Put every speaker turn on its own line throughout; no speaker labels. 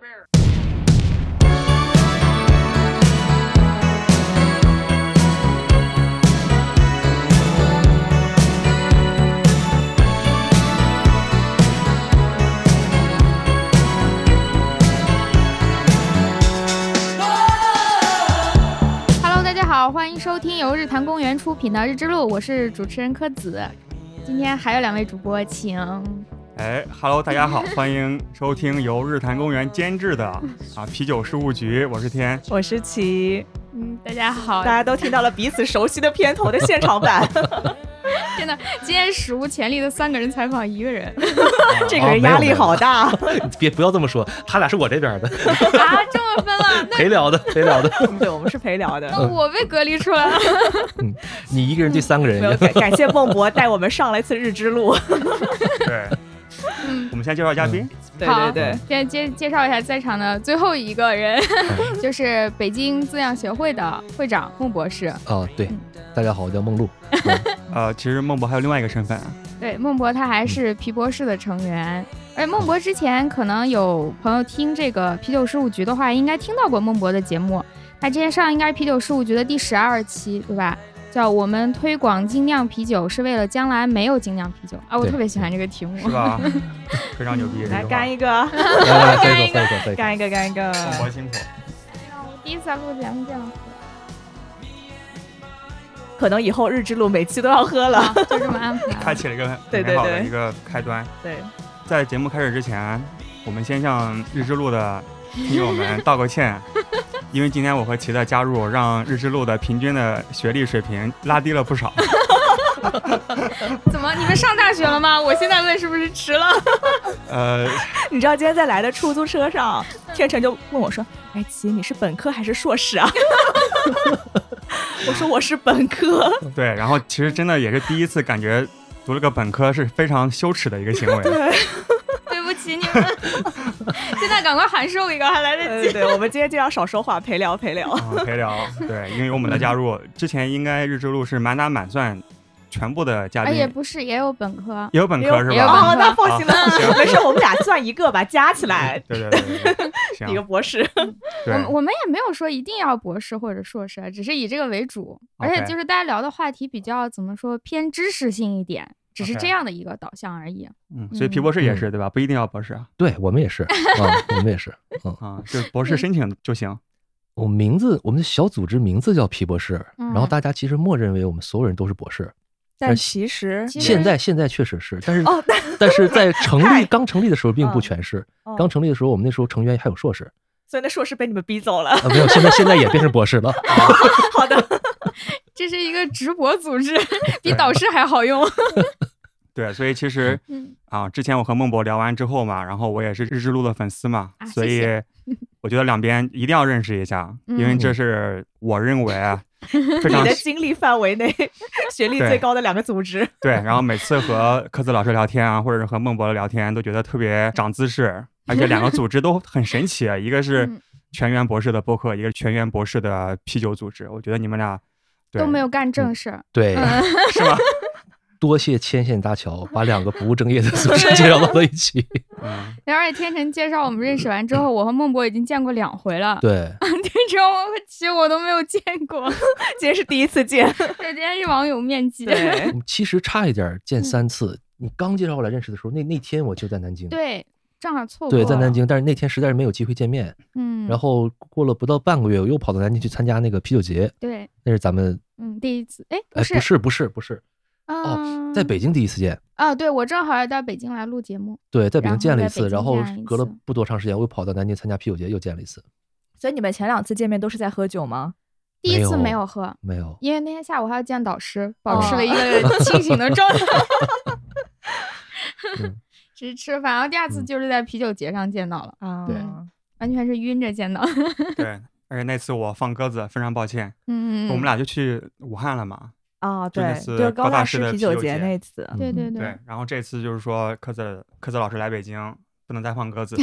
bear.
Hello，大家好，欢迎收听由日坛公园出品的《日之路》，我是主持人柯子。今天还有两位主播，请
哎，Hello，大家好，欢迎收听由日坛公园监制 的啊啤酒事务局，我是天。
我是琪，
嗯，大家好
大，家都听到了彼此熟悉的片头的现场版，
真的今天史无前例的三个人采访一个人
这
啊哦
个人压力好大。
别不要这么说，他俩是我这边的，
啊，这么分 了，
陪聊的，陪 聊的。
对，我们是陪聊
那
的。
我被隔离出来了。
你一个人对三个人
没有，感感谢孟博带我们上了一次日之路。
对，
嗯
我们先介绍嘉宾，
对
好
对对，
先介介绍一下在场的最后一个人， 就是北京字样协会的会长孟博士。
啊，对，大家好，我叫 梦露，
呃，其实孟博还有另外一个身份，啊
对，孟博他还是皮博士的成员。而孟博之前可能有朋友听这个啤酒事务局的话，应该听到过孟博的节目。他之前上应该是啤酒事务局的第十二期，对吧？叫我们推广精酿啤酒是为了将来没有精酿啤酒啊！我
对
特别喜欢这个题目
是。 吧？非常牛逼，
来
这句话
干一个，
来来来，喝一口，喝一口，喝 一口。
干一个，干一个。
孟博辛苦，
我 第一次录节目这样喝，
可能以后日之路每期都要喝了。
就这么安
开
排。
启了一个很
对对
美好的
对
一个开端。
对，
在节目开始之前，我们先向日之路的听友们道个 歉，因为今天我和琪的加入，让日之路的平均的学历水平拉低了不 少。
怎么？你们上大学了吗？我现在问是不是迟了？
呃，
你知道今天在来的出租车上，天成就问我说：“哎，琪，你是本科还是硕士啊？” 我说我是本科，
对，然后其实真的也是第一次感觉读了个本科是非常羞耻的一个行为。
对不起你们， 现在赶快函授一个，还来得及。
对对对，我们今天尽量少说话，陪聊陪聊。
嗯，陪聊，对，因为我们的加入，之前应该日之路是满打满算全部的嘉
哎，
宾，
也不是，也有本科。
也有本科是
也有
吧？
哦，
本科
那放心了， 没事，我们俩算一个吧，加起来
嗯对对对对 对，
一个
行，
博士。
我
对
们，我们也没有说一定要博士或者硕士啊，只是以这个为主，而且
OK
就是大家聊的话题比较怎么说偏知识性一点，只是这
OK
样的一个导向而已。
嗯，所以皮博士也是对吧？不一定要博士啊，
对我们也是啊，我们也是。嗯，
啊，就是博士申请就行。
我们名字，我们的小组织名字叫皮博士，
嗯
然后大家其实默认为我们所有人都是博士。
但其实
其实
现在现在确实是，但是
哦，但
但是在 成
嗨
立刚成立的时候并不全是，
哦
刚成立的时候我们那时候成员还有硕士
所以那硕士被你们逼走了。
啊，没有，现在现在也变成 博士了。
好的，
这是一个直博组织， 比
对
导师还好 用。
对，所以其实
嗯，
啊，之前我和孟博聊完之后嘛，然后我也是日之路的粉丝嘛
啊，
所
谢
以
谢
我觉得两边一定要认识一下，因为这
嗯
是我认 为啊 非
你
常
的经历范围 内，学历
对
最高的两个组织，
对，然后每次和科子老师聊天啊，或者是和孟博聊天，都觉得特别长姿势，而且两个组织都很神奇，啊一个是
嗯
全员博士的播客，一个是全员博士的啤酒组织。我觉得你们俩对
都没有干
嗯
正事儿。
对，
是吧？
多谢牵线搭桥，把两个不务正业的组织介绍到了一起。
嗯，
然后而且天成介绍我们认识完之后，我和孟博已经见过两回了。
嗯对，
天成和琪我都没有见过，
今天是第一次见。
这今天是网友面基。
对
我，们嗯其实差一点儿见三次。你刚介绍过来认识的时候，那那天我就在南 京，
嗯对，正好错过。
对，在南。京，但是那天实在是没有机会见面。
嗯，
然后过了不到半个月，我又跑到南京去参加那个啤酒节，
对，
那是咱们
嗯，第一次，哎，
哎，不是不是不是，
嗯，
在北京第一次见。
啊，对我正好也到北京来录节目，
对，在北
然
京
后
见了
在
一
北
次，
京
然后
见了一
隔了
次
不多长时间，我又跑到南京参加啤酒节，又见了一次。
所以你们前两次见面都是在喝酒吗？
第一
没
次没
有
有喝，
没有，
因为那天下午还要见导师，保持
哦
了一个清醒的状态。
嗯
只是吃饭，然后第二次
嗯
就是在啤酒节上见到了，
啊
对
完全是晕着见到。
对。而且那次我放鸽子，非常抱歉，
嗯，
我们俩就去武汉了嘛。
啊，
真的
对，
是
就是
高
高
大
大
师
师
的
啤
啤酒
酒节
节
那次，
嗯
对对对，
对，然后这次就是说科子科子老师来北京，不能再 放鸽子，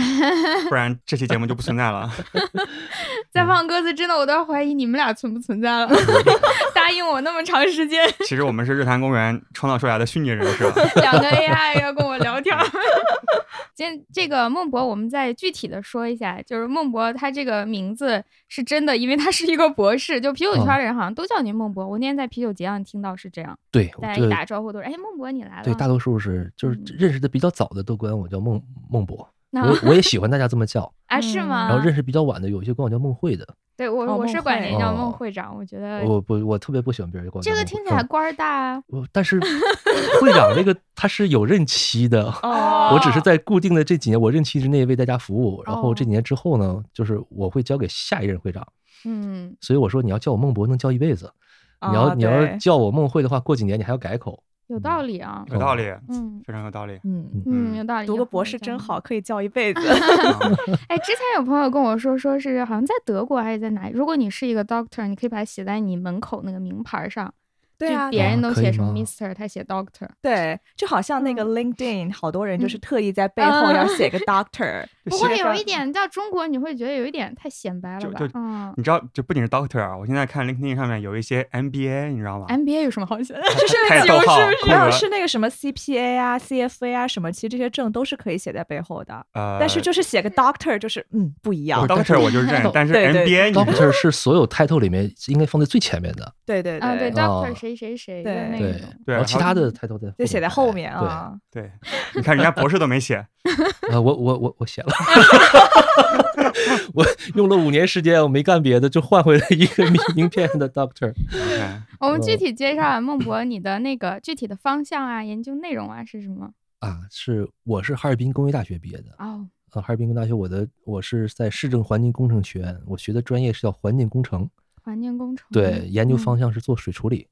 不然这期节目就不存在了。
再放鸽子，真的我都要怀疑你们俩存不存在了。答应我那么长时间，
其实我 们是日坛公园创造出来的虚拟人设，
两个 AI 要跟我聊天儿。这这个孟博，我们再具体的说一下，就是孟博他这个名字是真的，因为他是一个博士，就啤酒
嗯
圈人好像都叫您孟博。我那天在啤酒节上听到是这样，
对，
大家
这
一打招呼都是哎孟博你来了。
对大多数是就是
嗯
认识的比较早的都管我叫孟孟博，
那
我我也喜欢大家这么叫。
啊是吗？
然后认识比较晚的，有一些管我叫孟慧的，
对我、
嗯哦
我是管
孟
您叫孟
哦
会长，我觉得
我不我特别不喜欢别人管我叫
这个
孟慧。
听起来
嗯
官儿大啊。
我但是会长这个他是有任期的，
哦，
我只是在固定的这几年我任期之内为大家服务，然后这
哦
几年之后呢，就是我会交给下一任会长。
嗯，
所以我说你要叫我孟博能叫一辈子，你要
哦
你要
对
叫我孟慧的话，过几年你还要改口。
有道理啊。
有道理，
嗯
非常有 道理。
嗯，
嗯，
嗯
有道理。嗯
读
有
个
可
博
能
士
这样
真好，可以叫一辈子。
嗯
哎，之前有朋友跟我说，说是好像在德国还是在哪里，如果你是一个 doctor，你可以把它写在你门口那个名牌儿上，
对啊
就，别人
啊
都
可以
写什么
吗
Mister，他写 doctor。
对，就好像那个
嗯
LinkedIn，好多人就
嗯
是特意在背后要写个 doctor，
就
不
写
过
这
有
个
一点到中国，你会觉得有一点太显摆了
就
吧
就？
嗯
你知道，就不仅是 Doctor 啊，我现在看 LinkedIn 上面有一些 MBA，你知道吗？
，MBA 有什么好写的？
哎就是
还有
那
逗
个
号
没
空格
有是那个什么 CPA 啊、CFA 啊什么，其实这些证都是可以写在背后的，
呃，
但是就是写个 doctor，就是嗯不一样
不。但是
Doctor 我就 认，但是
对对
MBA 你 知道
Doctor 是所有 title 里面应该放在最前面的，
对对
啊，对
对，
，Doctor
哦
谁谁谁
对
的那
对
种。，
对
然后其
还有
他的 title 在
就写在
排
后面。啊。
对，你看人家博士都没写，
对，啊，我我我我写了， 我用了五年时间，我没干别的，就换回了一个名名片的 Doctor。
你 看
我们具
嗯
体介绍啊孟博你的那个具体的方向啊、研究内容啊是什么？
啊，是我是哈尔滨工业大学毕业的，
哦，
呃，哈尔滨工业大学我的我是在市政环境工程学院，我学的专业是叫环境工程，
环境工程。
对，研究
嗯
方向是做水处理，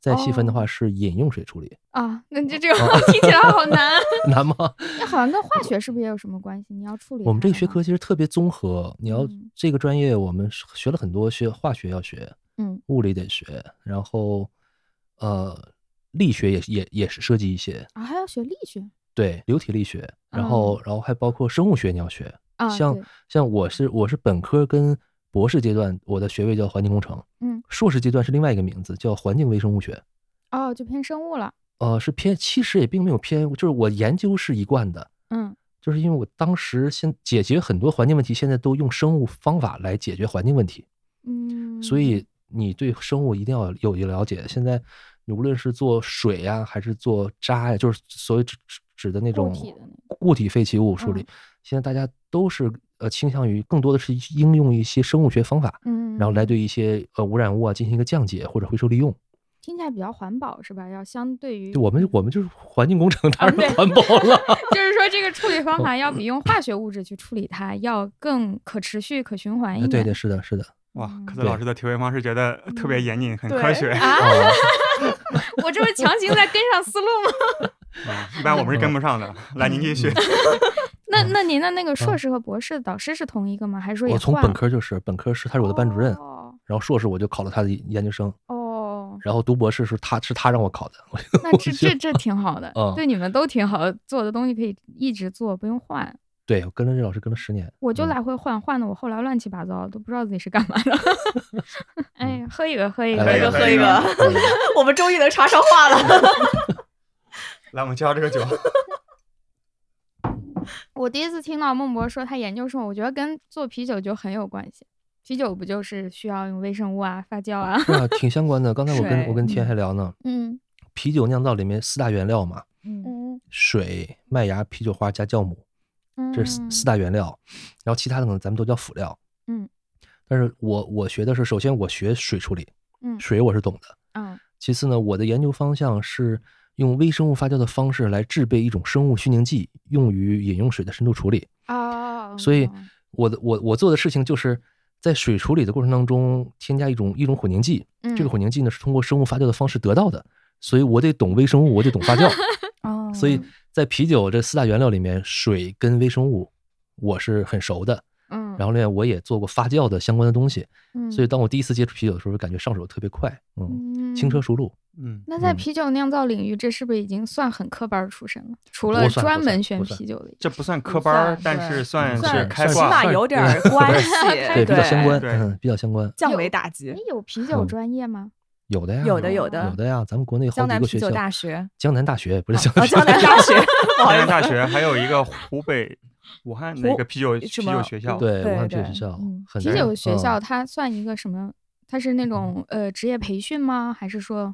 再细分的
哦
话是饮用水处理，
啊，那这这
哦
个听起来好难。
难吗？
那好像跟化学是不是也有什么关系？你要处理
我们这个
它
学
吗
科，其实特别综合，你要
啊嗯
这个专业我们是学了很多，学化学要学，
嗯
物理得学，然后呃力学也也也是涉及一些，
啊，还要学力学
对，流体力学，然后然后还包括生物学你要学，
啊，
像
对
像我是我是本科跟博士阶段，我的学位叫环境工程，
嗯，
硕士阶段是另外一个名字叫环境微生物学，
哦，就偏生物了。
呃，是偏其实也并没有偏，就是我研究是一贯的，
嗯
就是因为我当时现解决很多环境问题，现在都用生物方法来解决环境问题，
嗯，
所以你对生物一定要有一个了解。现在你无论是做水呀、还是做渣呀、就是所谓指指指的那
固
种
体的那种
固体废弃物处理，
嗯
现在大家都是呃倾向于更多的是应用一些生物学方法，
嗯，
然后来对一些呃污染物啊进行一个降解或者回收利用。
听起来比较环保是吧？要相对于
就我们我们就是环境工程，
啊
当
对哎
然环保了。
就是说这个处理方法要比用化学物质去处理它要更可持续、可循环一
呃对
点。
对是的是的。
哇，
嗯
科子老师的提问方式觉得特别严谨，很科学。
啊，
啊
我这不是强行在跟上思路吗？
嗯一般我们是跟不上 的。来，您继续。
嗯
那那您的那个硕士和博士的导师是同一个吗？还是说也
嗯啊我从
换
本
了
科就是本科是他是我的班主任，
哦
然后硕士我就考了他的研究生，
哦，
然后读博士是他是他让我考的，我就，
那这这这挺好的
嗯
对你们都挺好的，做的东西可以一直做，不用换。
对我跟了这老师跟了十年，
我就
嗯
来回换，换的我后来乱七八糟，都不知道自己是干嘛的。 哎
嗯
呀，喝一个，喝一个，
来
个
来
喝一个
来，
嗯
我们终于能插上话了。
来，我们介绍这 个酒。
我第一次听到孟博说他研究生，我觉得跟做啤酒就很有关系。啤酒不就是需要用微生物啊、发酵啊？
对啊，挺相关的。刚才我跟
水
我跟天还聊呢，
嗯
啤酒酿造里面四大原料嘛，
嗯，
嗯
水、麦芽、啤酒花加酵母，
嗯，
这是四四大原料，然后其他的可能咱们都叫辅料。
嗯，
但是我我学的是，首先我学水处理，
嗯
水我是懂的。
嗯
其次呢，我的研究方向是用微生物发酵的方式来制备一种生物虚凝剂，用于饮用水的深度处理。
哦，
所以
嗯
我的我我做的事情就是在水处理的过程当中添加一种一种混凝剂，
嗯
嗯
这个混凝剂呢是通过生物发酵的方式得到的，所以我得懂微生物，我得懂 发酵。
哦
所以在啤酒这四大原料里面，水跟微生物我是很熟的，
嗯，
然后呢我也做过发酵的相关的东西，
后
嗯
所以当我第一次接触啤酒的时候，感觉上手特别快，嗯，轻车。
嗯
熟路。
嗯，
那在
嗯
啤酒酿造领域，这是不是已经算很科班儿出身了？除
不
了
算
专
不
门
算
选
不算
啤酒的，
这不算科班儿，
不算
但是算
对
是
算
开
起
算挂
码
算
有点儿关系，
对，比较
对
相关，
对
嗯，比较相关。
降维打击
哎你。有啤酒
嗯
专业吗？
有的呀，
有的有的
有的呀，咱们国内好
江
几
南
个
啤
学
酒
校，
大学，
江南大学不是江
啊，
南
江南大 学，不好意
南
思，
大 学还有一个湖北武汉的一个啤酒啤
什么
酒学校，
对武
对
汉啤酒
对
学校
嗯，
很
啤
难
酒学
嗯
校它算一个什么？它是那种呃职业培训吗？还是说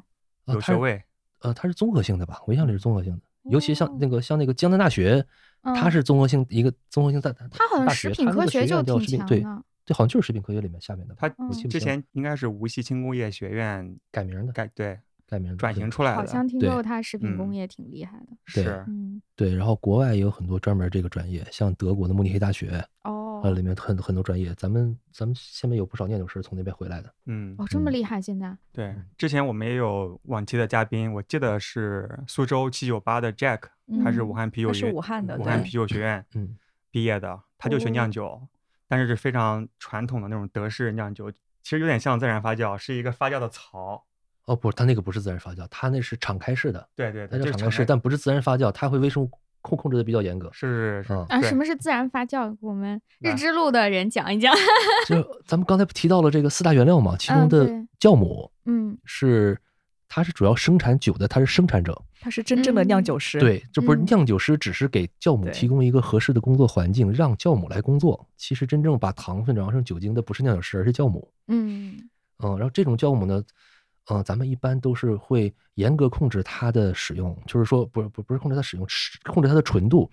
啊
有
它
学
是
位。
呃，它是综合性的吧？我印象里是综合性的，尤其像
哦
那个像那个江南大学，它
嗯
是综合性一个综合性大，
它好像
大
食
学
品
它那
科
个
学
院
就
叫
挺
食品
强
对
的
对，好像就是食品科学里面下面的吧，
它
我记
嗯
不
之
清
前应该是无锡轻工业学院
改名的，
改对
改名的
转
对
型出来
好像
的，
听
对
说它食品工
嗯
业挺厉害的。
对
是
嗯，
对，然后国外也有很多专门这个专业，像德国的慕尼黑大学，
哦
呃，里面很很多专业，咱们咱们下面有不少念酒师从那边回来的，
嗯
哦，这么
嗯
厉害，现在
对。之前我们也有往期的嘉宾，我记得是苏州七九八的 Jack，他是武
嗯
汉啤酒
他是
学
武汉的，
武汉
对
啤，酒学院
嗯，
毕业的，他就学
哦
酿酒，但是是非常传统的那种德式酿酒，其实有点像自然发酵，是一个发酵的槽。
哦不，它那个不是自然发酵，它那是敞开式的，
对对
它
对，
叫
就是
敞开式，但不是自然发酵，它会微生物控控制的比较 严格，
是是是
嗯
啊，
对
什么是自然发酵？我 们日
啊
来
之路的人讲一讲。
就咱们刚才不提到了这个四大原料嘛，其中
嗯
的
对
酵母
嗯，
是，它是主要生产酒的，它是生产者，
他是真正的酿酒师，，
对，这不是
嗯
酿酒师只是给酵母
对
提供一个合适的工作环境，让酵母来工作。其实真正把糖分转化成酒精的不是酿酒师，而是酵母。
嗯，
嗯，然后这种酵母呢，嗯，咱们一般都是会严格控制它的使用，就是说不是不不是控制它使用，是控制它的纯度，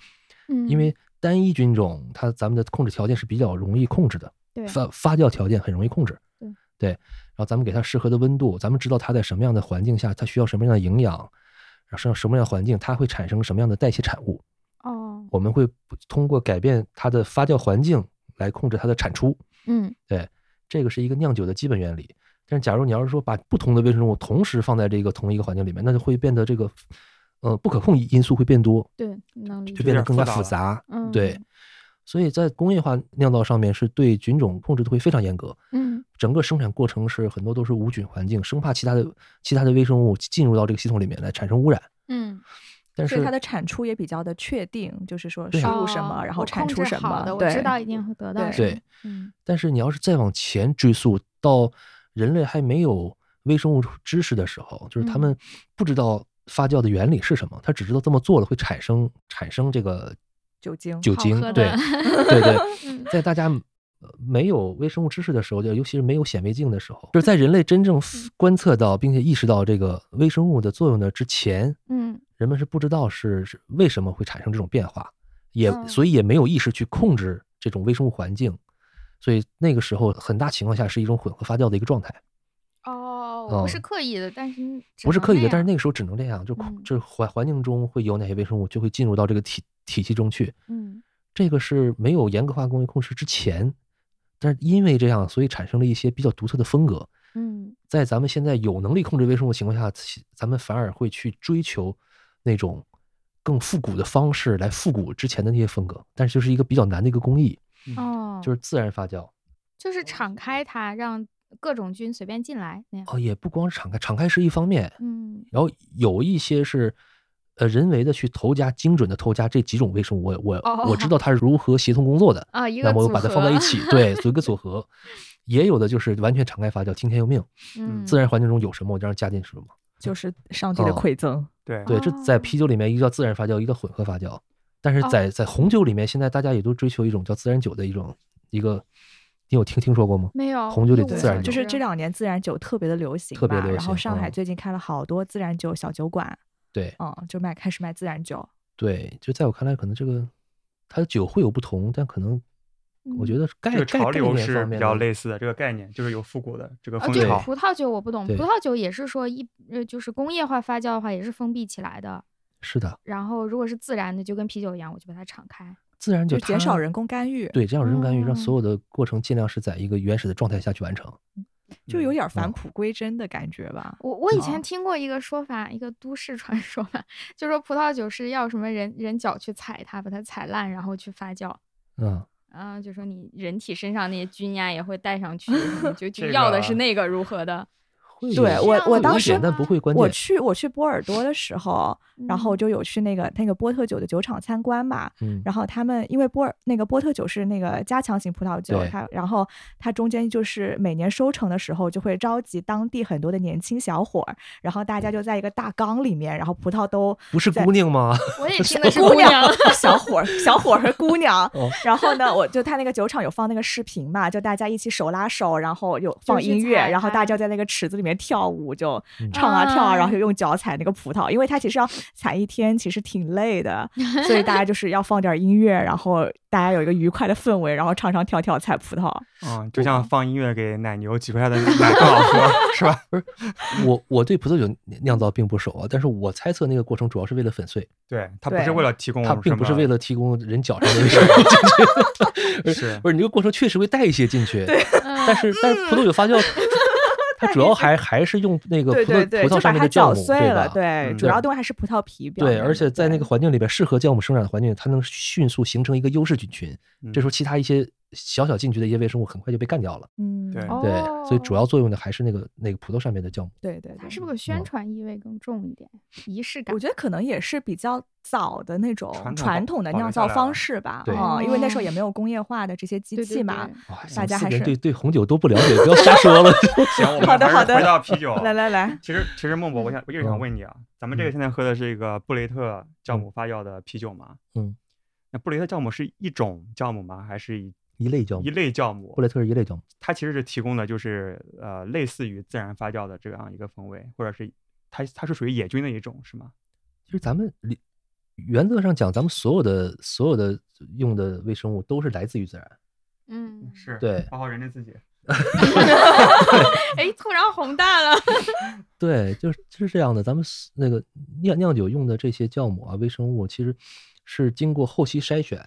嗯，
因为单一菌种它咱们的控制条件是比较容易控制的。
对
发发酵条件很容易控制
对。
对，然后咱们给它适合的温度，咱们知道它在什么样的环境下，它需要什么样的营养，然后什么什么样的环境，它会产生什么样的代谢产物。
哦，
我们会不通过改变它的发酵环境来控制它的产出，
嗯
这个是一个酿酒的基本原理。但是，假如你要是说把不同的微生物同时放在这个同一个环境里面，那就会变得这个，呃，不可控因素会变多，
对，能理
有
就
解。
变得
点
更
复
加
杂
复
了
杂。
嗯，
对，所以在工业化酿造上面是对菌种控制都会非常严格。
嗯
整个生产过程是很多都是无菌环境，生怕其他的其他的微生物进入到这个系统里面来产生污染。
嗯，
但
所以
是
它的产出也比较的确定，就是说
对
输
啊
入什么，
哦
然后
我
产
控
出
制
什
好
么
的，，我
对
知道一定会得到
对
什么
对，
嗯
但是你要是再往前追溯到人类还没有微生物知识的时候，就是他
嗯
们不知道发酵的原理是什么，他只知道这么做了会产生产生这个
酒精，
酒
好
精
喝，
对
的
对对，
嗯
在大家呃没有微生物知识的时候，就尤其是没有显微镜的时候，就是在人类真
嗯
正观测到并且意识到这个微生物的作用的之前，
嗯
人们是不知道是是为什么会产生这种变化，也
嗯
所以也没有意识去控制这种微生物环境，所以那个时候很大情况下是一种混合发酵的一个状态，
哦，我不是
嗯
刻意的，但是你只
不是
能
刻意
那
的，但是
样
那个时候只能这样，就
嗯
就是环环境中会有哪些微生物就会进入到这个体体系中去，
嗯
这个是没有严格化工业控制之前，但是因为这样，所以产生了一些比较独特的风格，
嗯
在咱们现在有能力控制微生物的情况下，其咱们反而会去追求那种更复古的方式来复古之前的那些风格，但是就是一个比较难的一个工艺，
哦，
就是自然发酵。
就是敞开它，让各种菌随便进来那样。
哦，也不光是敞开，敞开是一方面，
嗯
然后有一些是。呃，人为的去投加，精准的投加这几种微生物，我我我知道它是如何协同工作的，
啊，一个
那么我
组
把它放
合
在 一，起，对，做一个组合。也有的就是完全敞开发酵，听天由命，
嗯，
自然环境中有什么我就让加进什么。
就是上帝的
哦
馈赠，
对
对，这在
哦
啤酒里面一个叫自然发酵，一个叫混合发酵。但是
哦
在在红酒里面，现在大家也都追求一种叫自然酒的一种一个，你有听听说过吗？
没有
红酒里
因为
自
我不
然酒
就是
知
这两年自然酒特别的流行吧，
特别流
然后
行
上海
嗯
最近开了好多自然酒小酒馆，
对
嗯，就卖开始卖自然酒，
对，就在我看来，可能这个它的酒会有不同，但可能我觉
嗯
得概
这个
概
潮
概
流
念
是
方
比
面
较
的
类似的，这个概念就是有复古的这个
啊，
风
对
潮。
葡萄酒我不懂，
对
葡萄酒也是说一呃，就是工业化发酵的话也是封闭起来的，
是的，
然后如果是自然的，就跟啤酒一样，我就把它敞开。
自然酒
就减少
它
人工干预，
对，减少人干预，让所
哦
有的过程尽量是在一个原始的状态下去完成。
就有点儿返
嗯
璞归真的感觉吧。
我我以前
哦
听过一个说法，一个都市传说吧， 就说葡萄酒是要什么人人脚去踩它，把它踩烂，然后去发酵。
嗯，
啊，就说 你人体身上那些菌呀也会带上去，你就就
这
要的
个
是那个如何的？
会
对
有
我
会
我
有
当
一
时
点但不会关
我
键。
去我去波尔多的时候，然后我
嗯
就有去那个那个波特酒的酒厂参观嘛，
嗯，
然后他们因为波尔那个波特酒是那个加强型葡萄酒
对，
它然后它中间就是每年收成的时候就会召集当地很多的年轻小伙儿，然后大家就在一个大缸里面，然后葡萄都
不是
在
姑娘吗？
我也听的是
姑
娘，
小伙儿小伙儿和姑娘
哦，
然后呢，我就他那个酒厂有放那个视频嘛，就大家一起手拉手，然后有放
去
音乐，
采
然后大
它
家在那个池子里面跳舞，就
嗯
唱啊跳啊，然后
啊
就用脚踩那个葡萄，因为它其实要踩一天，其实挺累 的，所以大家就是要放点音乐，然后大家有一个愉快的氛围，然后唱唱跳跳采葡萄。
嗯，就像放音乐给奶牛挤出来的奶更好 喝，是吧？
我我对葡萄酒酿造并不熟啊，但是我猜测那个过程主要是为了粉碎，
对，它不是
对
为了提供，
它并不是为
了，
了提供人脚上的那个进去，
是
不是你这个过程确实会带一些进去，但
嗯
是但是葡萄酒发 酵，它主要还还是用那个
对
葡
对
萄
对，
葡
就
萄上
把
面
它
的酵
搅
母，
碎了，
吧？
对，
嗯
主要东西还是葡萄皮表面
对，
的。
而且在那个环境里边，适合酵母生长的环境，它能迅速形成一个优势菌群。这时候，其他一些小小进去的一些微生物很快就被干掉了。
嗯，
对
哦
对，所以主要作用的还是那个那个葡萄上面的酵母。
对对，
它
对
是不是
嗯
宣传意味更重一点，仪式感
我？觉得可能也是比较早的那种
传统
传统的
保留
酿
下
造
来
方
了
式吧，
对
嗯因为那时
哦
候也没有工业化的这些机
对
器
对
嘛。
对
哇，
大家
啊四
还
个
是
人对对红酒都不了解，不要瞎说了。
行，我们
好的
还是
好的
回到啤酒。
来来 来，
其实其实孟博，我想我一直
嗯
想问你啊，咱们这个现在喝的是一个布雷特酵母发酵的啤酒嘛？
嗯，
那布雷特酵母是一种酵母吗？还是一
一类酵
一
母，
类酵母
布？莱特是一类酵母。
它其实是提供的就是呃类似于自然发酵的这样一个风味，或者是它它是属于野菌的一种是吗？
其实咱们理原则上讲，咱们所有的所有的用的微生物都是来自于自然。
嗯，
是，
对
包括人类自己。
哎，突然宏大了，
对，就是就是这样的。咱们是那个酿酿酒用的这些酵母啊、微生物，其实是经过后期筛选，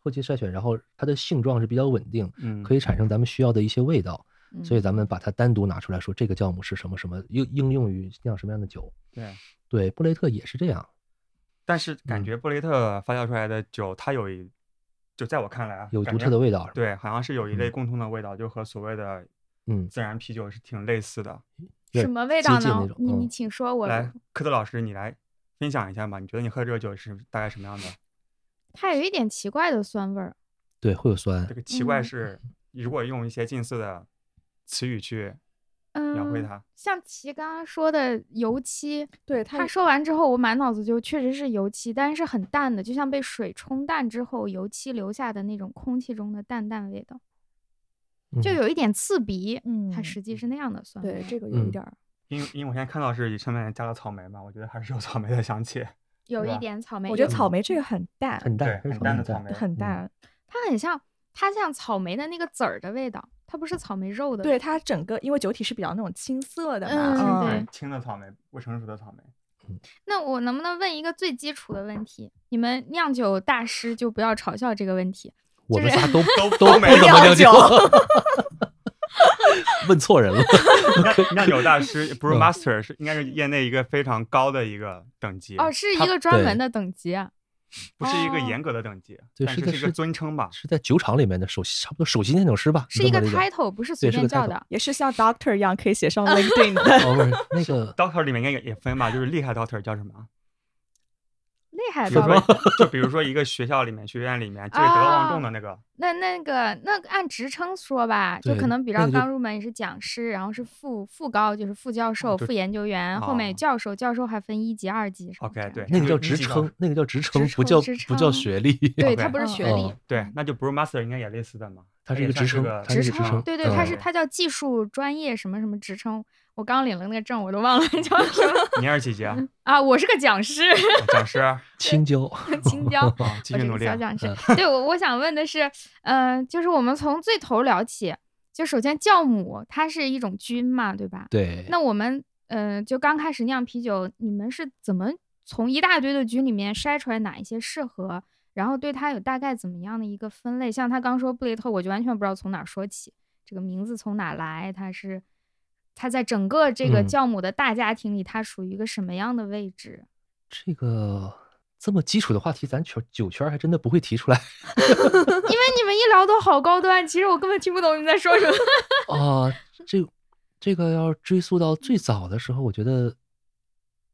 后期筛选，然后它的性状是比较稳定，
嗯，
可以产生咱们需要的一些味道。 所以
嗯
咱们把它单独拿出来说，这个酵母是什么什么，应应用于酿什么样的酒。
对。
对，布雷特也是这样。
但是感
嗯
觉布雷特发酵出来的酒，它有一，就在我看来啊，
有
感
独
觉
特的味道。是吧，
对，好像是有一类
嗯
共同的味道，就和所谓的
嗯，
自然啤酒是挺类似的。
嗯
对
什么味道
接近那
呢
种？
你你
嗯
请说，我
来，科特老师，你来分享一下吧，你觉得你喝这个酒是大概什么样的？
它有一点奇怪的酸味儿，
对，会有酸
这。个奇怪
嗯
是，如果用一些近似的词语去描绘
嗯，
它，
像齐刚刚说的油漆，
对
他说完之后，我满脑子就确实是油漆，但是是很淡的，就像被水冲淡之后油漆留下的那种空气中的淡淡味道，就
嗯
有一点刺鼻。它
嗯
实际是那样的酸味。
对这个
有
有
一嗯
一点
点
儿，
因为因为我现在看到是上面加了草莓嘛，我觉得还是有草莓的香气。
有
是
一
吧
点草莓有，
我觉得草莓这个很淡，
很
对
淡，非
很
常
淡的
很
草
淡
莓。
很淡，
它很像，它像草莓的那个籽儿的味道，它不是草莓肉的味
对
道。
它整个因为酒体是比较那种青涩的
嗯
嘛，
对
嗯，
青的草莓，不成熟的草 莓。
那我能不能问一个最基础的问题？你们酿酒大师就不要嘲笑这个问题。
我
就
们
是
仨都
都
都
都
不
没
怎么
酿
酒
酒，
问错人了。
酿酿酒大师不是
嗯
master，是应该是业内一个非常高的一个等级，
哦，是一
它
个专
对
门的等级啊。
不是一个
哦
严格的等级，
对
但是
是的
是一个
是
尊称吧。
是在酒厂里面的首席，差不多首席酿酒师吧，
是一个
你这么理解
title，不是随
对是
便
个
叫
title
的。
也是像 Doctor 一样可以 写上 LinkedIn 的。
哦，不是那个
Doctor 里面应该也也分吧，就是厉害 Doctor 叫什么啊？
厉害
比如
吧？
说，就比如说一个学校里面、学院里面最德高望重的那个，
那那个那个按职称说吧，就
对
可能比
那
较
个就哦
刚入门也是讲师，然后是副副高就是副教授、
就
副研究员，后面有
哦
教授，教授还分一级、二级什么
OK，
这样
对
这
那
样
个
就
叫
是一
职
级的
称，那个叫职称，
职
不叫
称职
不叫
称
学历。
对
OK
它不是学
嗯
历，
对，那就不是 master，应该也类似的嘛。
它是
也
一个
算
职称
个
它
职
是一个职
称
称
对对，它是
嗯
它叫技术专业什么什么职称。我刚领了那个证，我都忘了 叫什么
你是几级啊？
啊！我是个讲师，
讲师，
青椒，
青 椒。
啊，继
我这
续努
个
力
小。讲师。对我，我想问的是，呃，就是我们从最头聊起，就首先酵母它是一种菌嘛，对吧？
对，
那我们，呃，就刚开始酿啤酒，你们是怎么从一大堆的菌里面筛出来哪一些适合，然后对它有大概怎么样的一个分类？像他刚说布雷特，我就完全不知道从哪儿说起，这个名字从哪来，它是。它在整个这个
嗯
酵母的大家庭里，它属于一个什么样的位置？
这个这么基础的话题，咱圈酒圈还真的不会提出来
因 为你们一聊都好高端，其实我根本听不懂你们在说什么。
啊。这这个要追溯到最早的时候，我觉得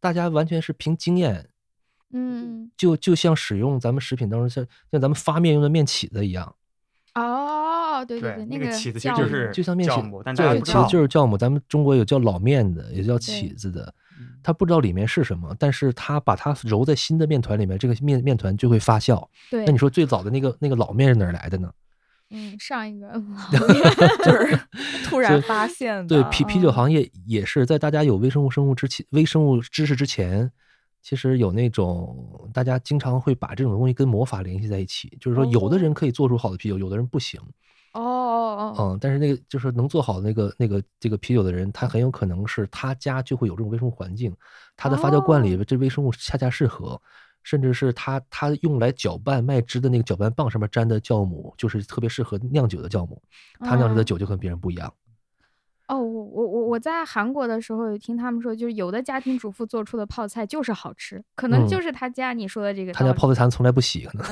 大家完全是凭经验，
嗯，
就就像使用咱们食品当中像像咱们发面用的面起子一样，
哦，对对，
那
那个
起子其
酵
实
母
是
就像面
酵
起
母，但大家
对，
不知
其实
道，
就是酵母。咱们中国有叫老面的，也叫起
对
子的，
嗯
他不知道里面是什么，但是他把它揉在新的面团里面，这个面面团就会发酵。
对
那，你说最早的那个那个老面是哪儿来的呢？
嗯，上一个
就是 突然发现的。啊
对，啤啤酒
嗯
行业也是在大家有微生物生物之前，微生物知识之前，其实有那种大家经常会把这种东西跟魔法联系在一起，就是说有的人可以做出好的啤酒，有的人不行。
哦哦哦，
嗯，但是那个就是能做好的那个那个这个啤酒的人，他很有可能是他家就会有这种微生物环境，他的发酵罐里
哦
这微生物恰恰适合，甚至是他他用来搅拌麦汁的那个搅拌棒上面沾的酵母，就是特别适合酿酒的酵母，他酿出的
嗯
酒就跟别人不一样。
哦，我我我我在韩国的时候有听他们说，就是有的家庭主妇做出的泡菜就是好吃，可能
嗯
就是他家你说的这个
他
道理，
家泡菜坛从来不洗，可能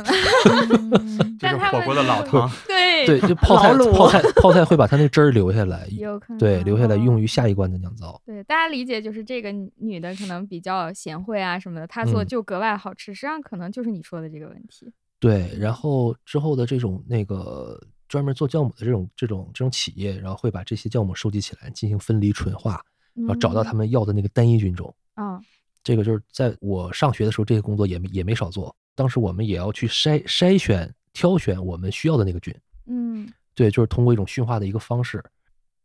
嗯，
就
但
是
他
火
们
锅的老
就
汤，
对
对，就泡菜
老卤
泡菜泡菜会把它那汁儿留下来，
有可能哦
对，留下来
于。
用于下一关的酿造。
对，大家理解就是这个女女的可能比较贤惠啊什么的，她做
嗯
就格外好吃。实际上可能就是你说的这个问题。
对，然后之后的这种那个专门做酵母的这种这种这种企业，然后会把这些酵母收集起来进行分离纯化，然后找到他们要的那个单一菌种。
嗯。啊、
这个就是在我上学的时候，这个工作也没也没少做。当时我们也要去筛筛选、挑选我们需要的那个菌。
嗯，
对，就是通过一种驯化的一个方式。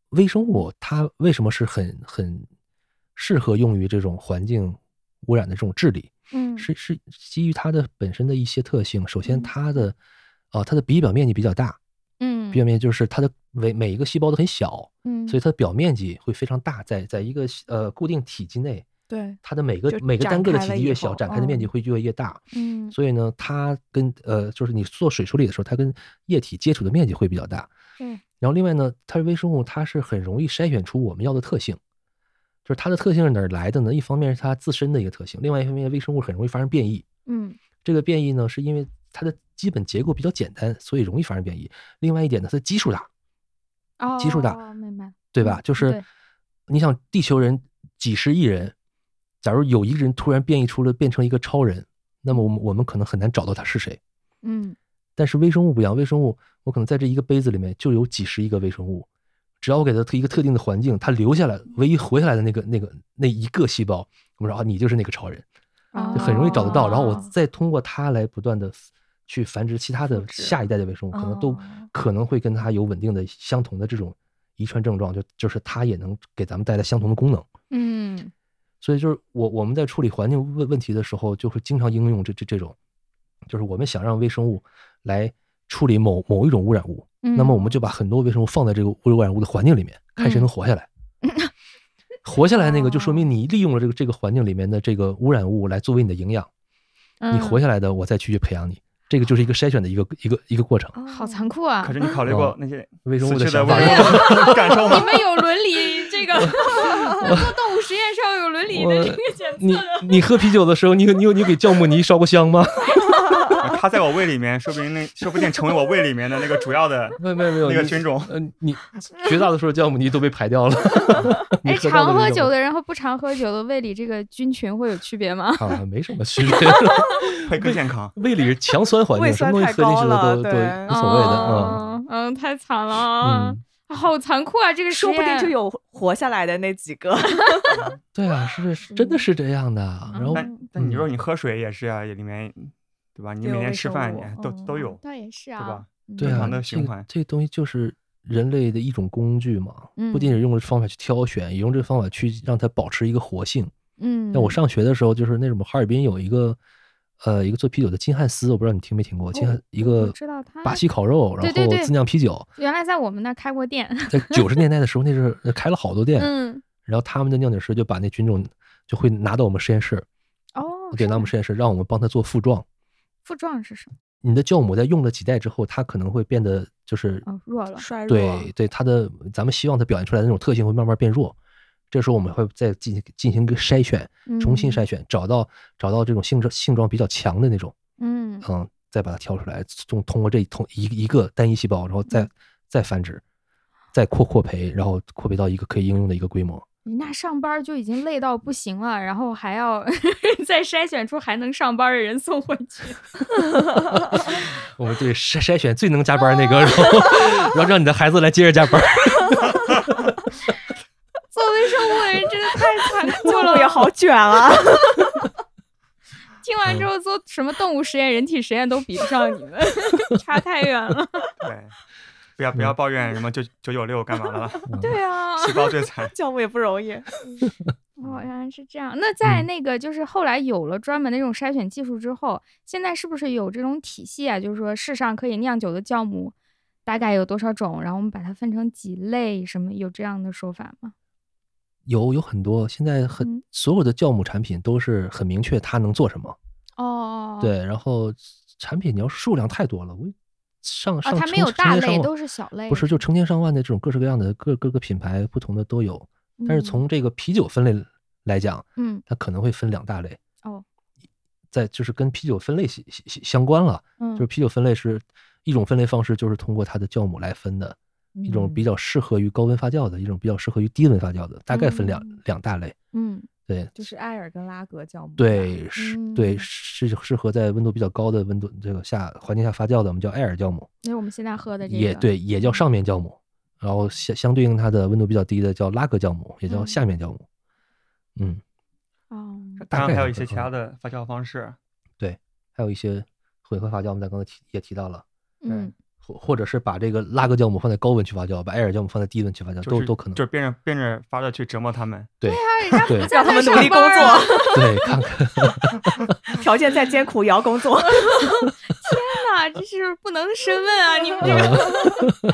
微生物它为什么是很很适合用于这种环境污染的这种治理？
嗯
是是基于它的本身的一些特性。首先，
嗯
它的啊、它的比表面积比较大，
嗯
比表面积就是它的每每一个细胞都很小，
嗯，
所以它的表面积会非常大，在在一个呃固定体积内，
对，
它的每个
就
每个
展
单个的
开
体
了
积
以
越小，
后
展开的面积
嗯
会越越大。
嗯
所以呢，它跟呃，就是你做水处理的时候，它跟液体接触的面积会比较大。
对
然后另外呢，它是微生物，它是很容易筛选出我们要的特性。就是它的特性是哪儿来的呢？一方面是它自身的一个特性，另外一方面微生物很容易发生变异。
嗯
这个变异呢，是因为它的基本结构比较简单，所以容易发生变异。另外一点呢，它的基数大，
哦，
基数大
明白？
对吧？
嗯
就是
对
你想，地球人几十亿人，假如有一个人突然变异出了变成一个超人，那么我们我们可能很难找到他是谁。
嗯
但是微生物不一样，微生物我可能在这一个杯子里面就有几十亿个微生物，只要我给它特一个特定的环境，它留下来唯一活下来的那个那个那一个细胞，我们说啊，你就是那个超人，
哦
就很容易找得到。然后我
哦
再通过它来不断的去繁殖其他的
复制
下一代的微生物，可能都
哦
可能会跟它有稳定的相同的这种遗传症状，就就是它也能给咱们带来相同的功能。
嗯
所以就是我我们在处理环境问问题的时候，就会经常应用这这这种，就是我们想让微生物来处理某某一种污染物，
嗯，
那么我们就把很多微生物放在这个污染物的环境里面，看
嗯
谁能活下来。活下来那个就
哦
说明你利用了这个这个环境里面的这个污染物来作为你的营养，你活
下
下来的我再去培养你，这个就是一个筛选的一个一个一个过程。
哦
好残酷啊！
可是你考虑过那些
微生物
死
的
去的
想
微
法，
生物感受
你
吗？
们有伦理这 个 做动物实验是要有伦理的
我
这个检测
你
的。
你喝啤酒的时候，你有你有你给酵母泥烧过香吗？
它在我胃里面，说不定那说不定成为我胃里面的那个主要的
没有没有没有
那个
你
菌种。
呃，你绝大多数酵母泥都被排 掉了。你
哎，
喝到
常
的
喝
那
酒
种
的人和不常喝酒的胃里这个菌群会有区别吗？
啊，没什么区别。
会更健康。
胃里是强酸环
胃
境，
酸
什么东西
太
喝进
高
去的
了，
都
对
都无所谓的啊。
嗯嗯，太惨了啊，
嗯，
好残酷啊！这个实
说不定
验
就有活下来的那几 个。
对啊，是是真的是这样的。啊然后
嗯
但嗯但你说你喝水也是啊，也里面对吧？你
有
每天
微
吃
生
饭
物
也都
嗯
都有，
倒也是
对
啊，
吧？
嗯
对
正
啊
常，的
这
循
个
环
这东西就是人类的一种工具嘛，
嗯
不仅是用这方法去挑选，也用这方法去让它保持一个活性。
嗯，
像我上学的时候，就是那什么哈尔滨有一个呃一个做啤酒的金汉斯，我不知道你听没听过，金汉一
哦我
个
知道他
巴西烤肉，然
对对
后
对
自酿啤酒。
原来在我们那儿开过店，
在九十年代的时候，那是开了好多店，
嗯，
然后他们的酿酒师就把那菌种就会拿到我们实验室，
哦，
给到我们
是
实验室，让我们帮他做复状。
副状是什么？
你的酵母在用了几代之后，它可能会变得就是
哦，弱了，
衰弱，
对对它的，咱们希望它表现出来的那种特性会慢慢变弱。这时候我们会再进行进行一个筛选，重
嗯
新筛选，找到找到这种性状性状比较强的那种，
嗯，嗯，
嗯，
嗯
再把它挑出来，通通过这一通一一个单一细胞，然后再再繁殖。再扩扩培，然后扩培到一个可以应用的一个规模。
人家上班就已经累到不行了，然后还要 再筛选出还能上班的人送回去。
我们对筛筛选最能加班那个，然 后然后让你的孩子来接着加班。
做微生物的人真的太残酷
做
了
了也。好卷啊！
听完之后做什么动物实验、人体实验都比不上你们， 差太远了。
对，不要不
嗯
要抱怨什么九九九六干嘛了，
对啊，
细胞最 惨。
教务也不容易。
哦，原来是这样。那在
嗯
那个就是后来有了专门的这种筛选技术之后，现在是不是有这种体系啊？就是说世上可以酿酒的酵母大概有多少种，然后我们把它分成几类，什么有这样的说法吗？
有有很多，现在很、
嗯
所有的酵母产品都是很明确它能做什么。
哦，，
对，然后产品你要数量太多了，我上上
哦，它
成
没有
成
大
千上
类，
万
都是小类。
不是，就成千上万的这种各式各样的各各个品牌不同的都有。
嗯，
但是从这个啤酒分类来讲，
嗯
它可能会分两大类。
哦，
在就是跟啤酒分类相相相关了，
嗯，
就是啤酒分类是一种分类方式，就是通过它的酵母来分的，一种
嗯
比较适合于高温发酵的，一种比较适合于低温发酵的，大概分两
嗯
两大类。
嗯
对
就是艾尔跟拉格酵母。
对，是对
嗯
是适合在温度比较高的温度这个下环境下发酵的，我们叫艾尔酵母。
那我们现在喝的这个嗯
也，对，也叫上面酵母，然后相相对应它的温度比较低的叫拉格酵母，也叫
嗯
下面酵母。嗯，
哦，
当
大
然
概
还有
是
一些
这
其
样
他的发酵方式，
还有一些混合发酵，我们在刚才提也提到了，
嗯，
或或者是把这个拉格酵母放在高温去发酵，把艾尔酵母放在低温去发酵，
就
都
是
都可能
就。是变着变着法的去折磨他们。
对
哎
对
让他们努力工
上班啊
作，
对，看 看
条件再艰苦也要工 作。
那这是不能深问啊，你们这个
呃，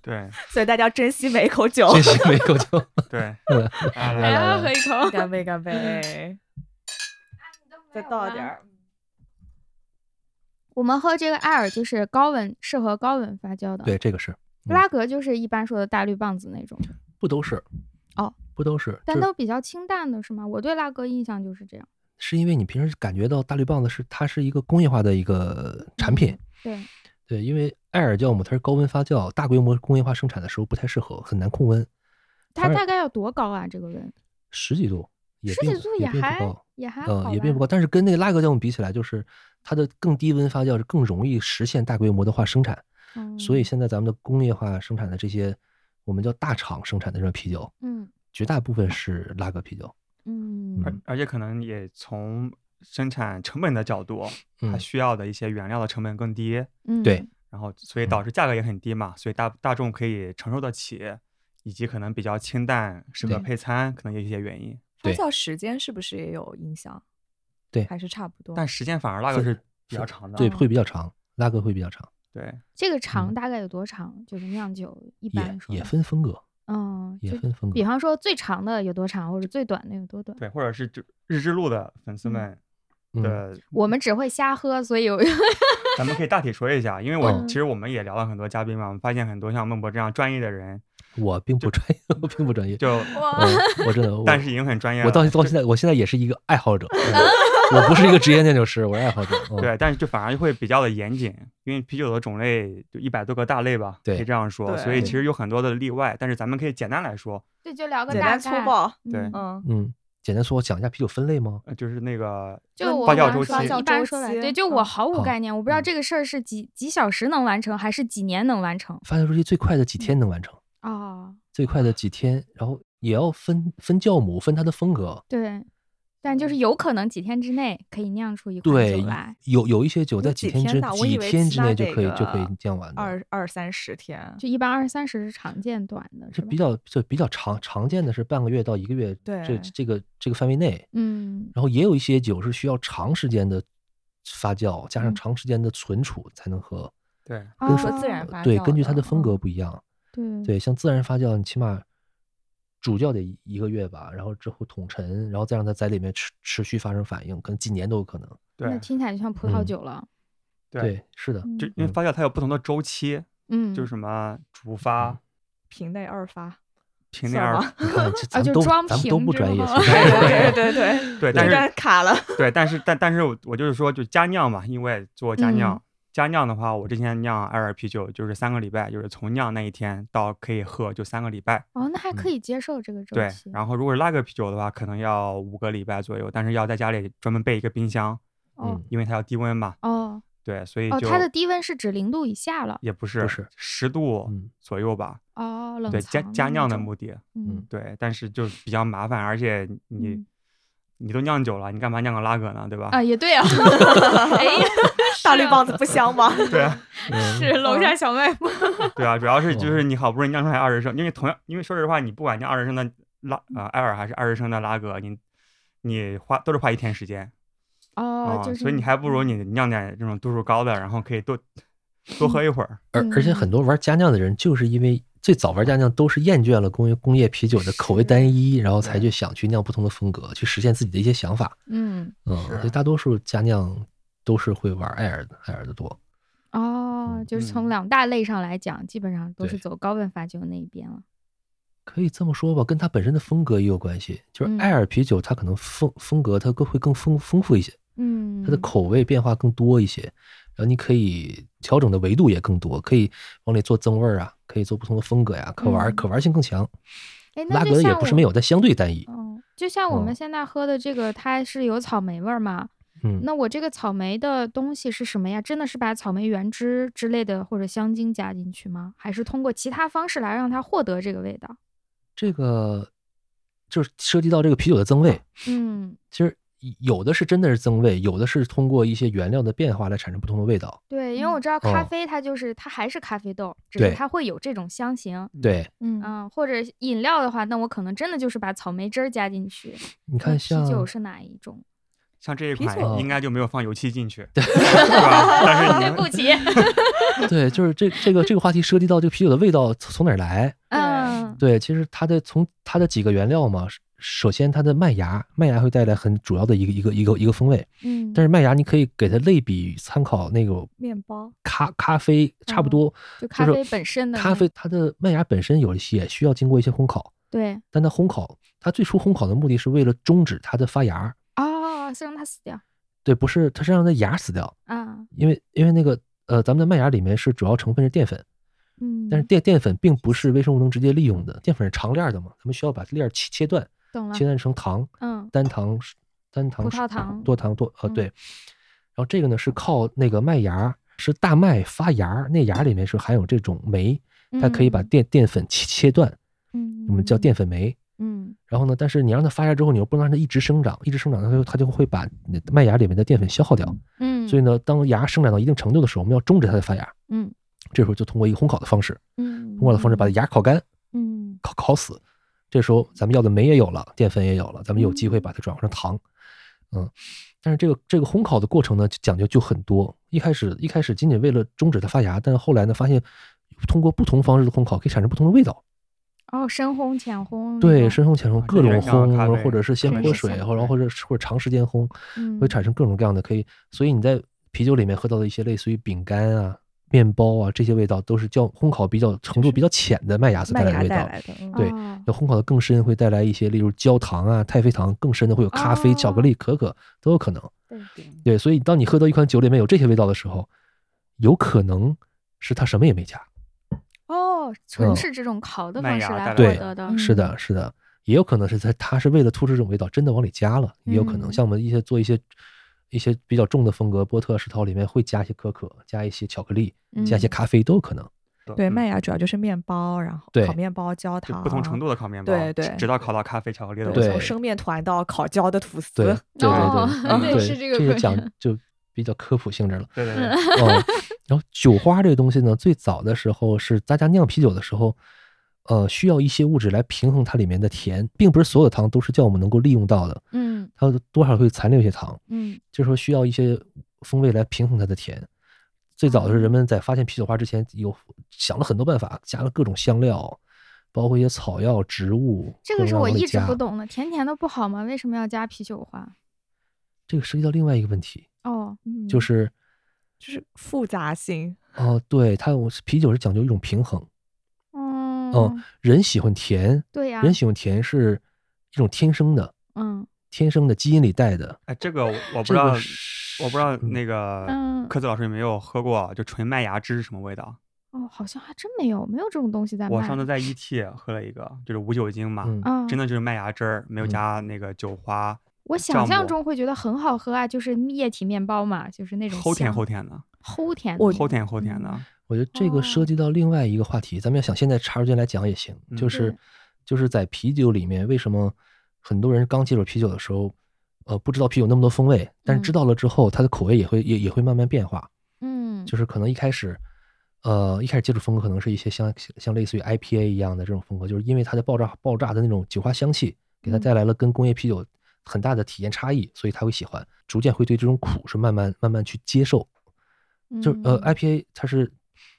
对
所以大家要珍惜每一口酒。
这是没够就
对，
嗯
来
还
来来，
哎要喝一口，
干杯，干杯！嗯再倒点
嗯
儿。
我们喝这个艾尔就是高温，适合高温发酵的。
对，这个是嗯
拉格就是一般说的大绿棒子那种，
不都是
哦，
不都是，
但
就是
都比较清淡的是吗？我对拉格印象就是这样。
是因为你平时感觉到大绿棒子是它是一个工业化的一个产品，
对，
对，因为艾尔酵母它是高温发酵，大规模工业化生产的时候不太适合，很难控温，
它
反而
大概要多高啊？这个温
十几度也
十
并
几
不
度
也并不
还
高，
也还好吧，
嗯，也并不高。但是跟那个拉格酵母比起来，就是它的更低温发酵是更容易实现大规模的化生产，
嗯。
所以现在咱们的工业化生产的这些，我们叫大厂生产的这种啤酒，
嗯
绝大部分是拉格啤酒。
嗯
而而且可能也从生产成本的角度，它
嗯
需要的一些原料的成本更低，
嗯，
对，
然后所
嗯
以导致价格也很低嘛，所以大大众可以承受得起，以及可能比较清淡，适合
对
配餐，可能有一些原因。
发
对
酵时间是不是也有影响？
对
还是差不多。
但时间反而拉格是比较长的，
嗯
对，会比较长，拉格会比较长，
对
这个长
嗯
大概有多长？就是酿酒一
也
般说
也
的
分风格，
嗯，
也
就
分风格
比。方说最长的有多长，或者最短的有多短。
对，或者是就日之路的粉丝们
嗯，
的，
我们只会瞎喝，所 以有
咱们可以大体说一下，因为我
嗯
其实我们也聊了很多嘉宾嘛，我们发现很多像孟博这样专业的人，
我并不专业， 我并不专业，
就
嗯我 真的，我
但是已经很专业了。
我到到现在，我现在也是一个爱好者，
啊
嗯我不是一个职业酿酒师，我是爱 好者。嗯、
对，但是就反而会比较的严谨，因为啤酒的种类就一百多个大类吧，可以
对
这样说，所以
对
其实有很多的例外，但是咱们可以简单来说，
对，就聊个
简
大概。
单粗暴。
对
嗯
嗯，
嗯，简单说，我讲一下啤酒分类吗？
呃就是那个
就我
发酵
刚
嗯周
说
期
一般说来，对，就我
嗯
毫无
好
概念，我不知道
嗯
这个事儿是几几小时能完成，还是几年能完成
发酵周期最快的几
嗯
天能完成，
啊、
最快的几天，然后也要分分酵母，分它的风格。
对，但就是有可能几天之内可以酿出一款
嗯对
酒来。，
有有一些酒
有
在
几
几天
天
之
的我以
几
为
天
其
之
他
内就
这
可以
个
就可以酿完的，
二二三十天。
就一般二三十是常见短的，是
这
吧
比较这比较常常见的是半个月到一个月，这
对
这个这个范围内。
嗯
然后也有一些酒是需要长时间的发酵，加
嗯
上长时间的存储才能喝。
对
跟
说
哦
自然发
对，
酵
根据它
的
的风格
嗯
不一样。
对
对，像自然发酵，你起码主酵得一一个月吧，然后之后桶陈，然后再让它在里面持持续发生反应，可能几年都有可能。
那
对
听起来就像葡萄
嗯
酒了。
对
是的，
就
嗯
因为发酵它有不同的周期，
嗯，
就是什么主发、
瓶内二发。
瓶内
算
二
吗
发，
你看 这咱
啊就
们都
装
咱们都
瓶
不
之
专业，
后
其 实
对对对，
对，
这
但是
段卡了。
嗯
对，但是但但是我我就是说，就加酿嘛，因为做加酿，加酿的话，我之前酿艾尔啤酒就是三个礼拜，就是从酿那一天到可以喝就三个礼拜。
哦，那还可以接受这个周
嗯对
期，。
然后如果是拉格啤酒的话，可能要五个礼拜左右，但是要在家里专门备一个冰箱，
哦
嗯
因为它要低温嘛。
哦
对，嗯所以
哦，
就
它的低温是指零度以下了。
也不是
不是
十度
嗯
左右吧？
哦，冷
对，加
藏
加
那
酿的
种
目的，
嗯
对，但是就比较麻烦，而且你、
嗯
你都酿酒了，你干嘛酿个拉格呢？对吧？
啊，也 对啊。哎呀，
大
是
绿
啊
棒子不香 吗？
对啊，
嗯
是楼下小卖部。
对啊，主要是就
哦
是你好不容易酿出来二十升，因为同样，因为说实话，你不管酿二十升的拉啊、艾尔还是二十升的拉格，你你花都是花一天时间啊、
哦，就是
所以你还不如
嗯
你酿点这种度数高的，然后可以多多喝一会儿。
而而且
嗯
很多玩家酿的人，就是因为最早玩家酿都是厌倦了工业工业啤酒的口味
是
单一，然后才
对
去想去酿不同的风格，去实现自己的一些想法。
嗯
嗯，
是
所以大多数家酿都是会玩艾尔的艾尔的多。
哦，就是从
嗯
两大类上来讲，基本上都是
对
走高温发酵那一边了。
可以这么说吧，跟它本身的风格也有关系。就是
嗯
艾尔啤酒，它可能风风格它更会更丰丰富一些，
嗯，
它的口味变化更多一些，然后你可以调整的维度也更多，可以往里做增味儿啊，可以做不同的风格呀、可玩、
嗯
可玩性更强。
哎，那
拉
就
格的也
像
不是
我
没有，但相对单一。
嗯，就像我
哦
们
嗯
现在喝的这个，它是有草莓味儿嘛？
嗯，
那我这个草莓的东西是什么呀？真的是把草莓原汁之类的或者香精加进去吗？还是通过其他方式来让它获得这个味道？
这个就是涉及到这个啤酒的增味，
嗯，
其实有的是真的是增味，有的是通过一些原料的变化来产生不同的味道。
对，因为我知道咖
哦
啡它就是、它还是咖啡豆，只是
对
它会有这种香型。
对，
嗯
嗯，或者饮料的话，那我可能真的就是把草莓汁儿加进去。
你
那
看
啤
像
酒是哪一种？
像这一
啤
款
酒
应该就没有放油漆进去，对吧？ 但是你
对
们
不起，
对，就是这这个这个话题涉及到这个啤酒的味道从从哪儿来？
嗯，
对，其实它的从它的几个原料嘛，首先它的麦芽，麦芽会带来很主要的一个一个一个一个风味，
嗯，
但是麦芽你可以给它类比参考那个
面包
咖咖啡差不多，
就
就
嗯咖
是
啡本身的
咖
那
啡它的麦芽本身有一些需要经过一些烘烤。
对
但它烘烤，它最初烘烤的目的是为了终止它的发芽儿，
哦，是让它死掉
对，不是它是让它芽死掉，
啊，
因为因为那个呃，咱们的麦芽里面是主要成分是淀粉，
嗯，
但是淀淀粉并不是微生物能直接利用的，淀粉是长链儿的嘛，咱们需要把链儿切切断，
懂了
切，断成糖，
嗯，
单糖、单糖、
啊葡萄糖
多糖多呃
嗯
对，然后这个呢是靠那个麦芽。是大麦发芽儿，那芽儿里面是含有这种酶，它可以把
嗯
淀淀粉切切断，
嗯，
我们叫
嗯
淀，粉酶。
嗯
然后呢，但是你让它发芽之后，你又不能让它一直生长，一直生长它就它就会把那麦芽里面的淀粉消耗掉。
嗯，
所以呢，当芽生长到一定程度的时候，我们要终止它的发芽。
嗯
这时候就通过一个烘烤的方式，
嗯，
烘烤的方式把
嗯
芽烤干、
嗯
烤烤死。这时候咱们要的酶也有了，淀粉也有了，咱们有机会把它转化成糖。嗯，但是这个这个烘烤的过程呢，就讲究就很多。一开始一开始仅仅为了终止它发芽，但是后来呢，发现通过不同方式的烘烤可以产生不同的味道。
哦，深烘、浅烘那
对，
种，
深烘、浅烘，
啊
各
这
种
原料咖
烘，
啡
或者是先
对
泼
是
水，
的
然后然后或者是或者长时间烘，
嗯
会产
生
生各种各样的可以。所以你在啤酒里面喝到的一些类似于饼干啊、面包啊这些味道，都是较烘烤比较程度比较浅的麦芽所带
麦芽
来的味
带
道。
来的，嗯
对
哦
要烘烤的更深，会带来一些，例如焦糖啊、太妃糖，更深的会有咖啡、巧克
哦
力、可可都有可能。
对
啊
对，所以当你喝到一款酒里面有这些味道的时候，有可能是它什么也没加。
哦，纯
嗯
是这种烤的
麦
方式来
芽带来
获得
的
的，
是的，是的，也有可能是它它是为了突出这种味道，真的往里加了，也有可能
嗯
像我们一些做一些一些比较重的风格，波特石涛里面会加一些可可，加一些巧克力，加一些
嗯
咖啡都有可能。
对，
嗯
麦芽主要就是面包，然后
对
烤面包、焦
就
糖，
不同程度的烤面包，
对对
直直到烤到咖啡、巧克力的
对，
味道
对
从生面团到烤焦的吐司，
对对对
哦
对，嗯
对
对
是这个
个
过
讲
程
就比较科普性质了。
对对对，
嗯，然后酒花这个东西呢，最早的时候是大家酿啤酒的时候。呃，需要一些物质来平衡它里面的甜，并不是所有的糖都是叫我们能够利用到的，
嗯
它多少会残留一些糖。
嗯
这时候需要一些风味来平衡它的甜。最早的
嗯
是人们在发现啤酒花之前，有想了很多办法，加了各种香料，包括一些草药、植物。
这
各
个
种
是
各样
我
往里
一直
加
不。懂的，甜甜的不好吗？为什么要加啤酒花？
这个涉及到另外一个问题，
哦，
嗯
就是
就是复杂性，
哦、对它有啤酒是讲究一种平衡。
嗯，
嗯，人喜欢甜，
对呀，
人喜欢甜是一种天生的，
嗯，
天生的基因里带的。
哎，这个我我不
这
知道
个
我不知道
嗯
那个
嗯
科子老师有没有喝过，啊就纯麦芽汁是什么味道？
哦，好像还真没有，没有这种东西在卖。
我上次在 ET 喝了一个，就是无酒精嘛，
嗯
嗯，
真的就是麦芽汁儿，没有
嗯
加那个酒花，
我想
酵
象
母
中会觉得很好喝啊，就是液体面包嘛，就是那种
齁
香
甜
嗯
齁甜的，
齁甜的。
我
齁甜齁甜的。
我觉得这个
哦
涉及到另外一个话题，咱们要想现在插入进来讲也行，
嗯
就是
对
就是在啤酒里面，为什么很多人刚接触啤酒的时候，呃，不知道啤酒那么多风味，但是
嗯
知道了之后，它的口味也会也也会慢慢变化，
嗯，
就是可能一开始。呃，一开始接触风格可能是一些像像类似于 IPA 一样的这种风格，就是因为它的爆炸爆炸的那种酒花香气，给它
嗯
带来了跟工业啤酒很大的体验差异，所以他会喜欢，逐渐会对这种苦是慢慢慢慢去接受，就是呃
嗯
IPA 它是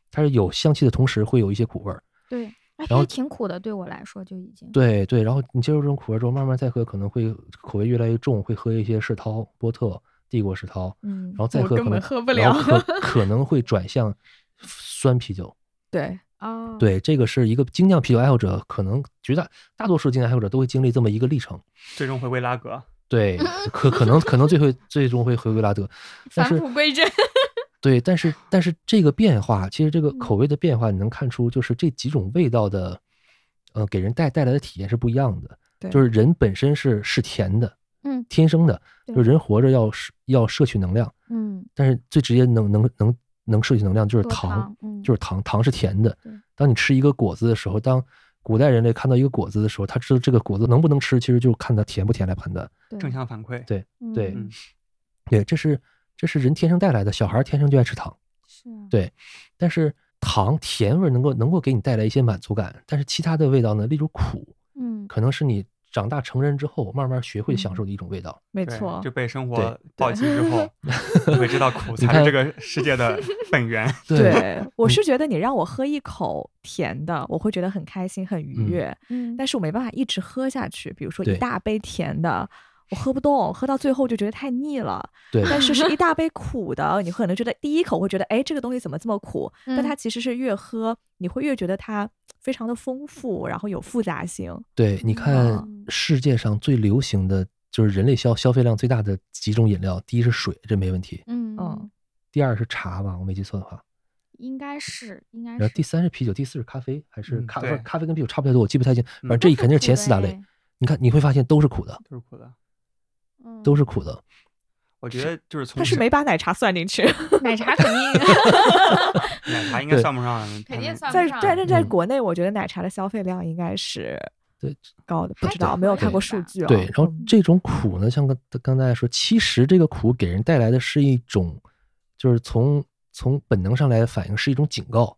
它是有香气的同时会有一些苦味儿，
对，哎，
然后
也挺苦的，对我来说就已经。
对对，然后你接受这种苦味儿之后，慢慢再喝可能会口味越来越重，会喝一些世涛、波特、帝国世涛，
嗯
然后再
我
喝
根
可能
本喝不
然后
了
可可能会转向酸啤酒。
对，
哦，，
对，这个是一个精酿啤酒爱好者，可能绝大大多数精酿爱好者都会经历这么一个历程。
最终回归拉格，
对，可可能可能最后最终会回归拉德，但
返
是
璞归真。
对，但是但是这个变化，其实这个
啊嗯
口味的变化，你能看出就是这几种味道的，呃，给人带带来的体验是不一样的。
对
就是人本身是是甜的，
嗯
天生的，
对
就人活着要摄要摄取能量，
嗯，
但是最直接能能能能摄取能量就是
多糖，嗯，
就是糖，糖是甜的
对。
当你吃一个果子的时候，当古代人类看到一个果子的时候，他知道这个果子能不能吃，其实就看它甜不甜来判断。
对
正向反馈。
对
嗯
对，这是这是人天生带来的，小孩儿天生就爱吃糖。
是啊，
对但是糖甜味儿能够能够给你带来一些满足感，但是其他的味道呢，例如苦，
嗯
可能是你长大成人之后慢慢学会享
嗯
受的一种味道。
没
对
错
就，被生活
对
暴击之 后，你会知道苦
你
才是这
看
个世界的本源。
对，我
嗯
是觉得你让我喝一口甜的，我会觉得很开心、很愉
嗯
悦。
嗯，
但是我没办法一直喝下去，比如说一
对
大杯甜的。我喝不动，喝到最后就觉得太腻了。
对
但是 是一大杯苦的，你可能觉得第一口会觉得，哎，这个东西怎么这么苦？但它
嗯
其实是越喝，你会越觉得它非常的丰富，然后有复杂性。
对，你看
嗯
世界上最流行的就是人类消消费量最大的几种饮料，第一是水，这没问题；
嗯嗯
嗯，
第二是茶吧，我没记错的话，
应该是应该
然后
是
第三是啤酒，第四是咖啡，还是
嗯
咖、
对
咖啡跟啤酒差不太多，我记不太清。
嗯
反正这肯定是前
苦
四大类
呗。，
你看你会发现都是苦的，
都是苦的。
嗯
都是苦的。
我觉得就是从
但是
小
没把奶茶算进去，
奶茶肯定
奶茶应该
对
算不上，
肯定算不
在
上
在在在
嗯
国内，我觉得奶茶的消费量应该是
对
高的，不
还
知道
挺
没有
合
看
理
过
的
数据啊。
对，然后
嗯
这种苦呢，像刚刚大家说，其实这个苦给人带来的是一种，就是从从本能上来反应是一种警告。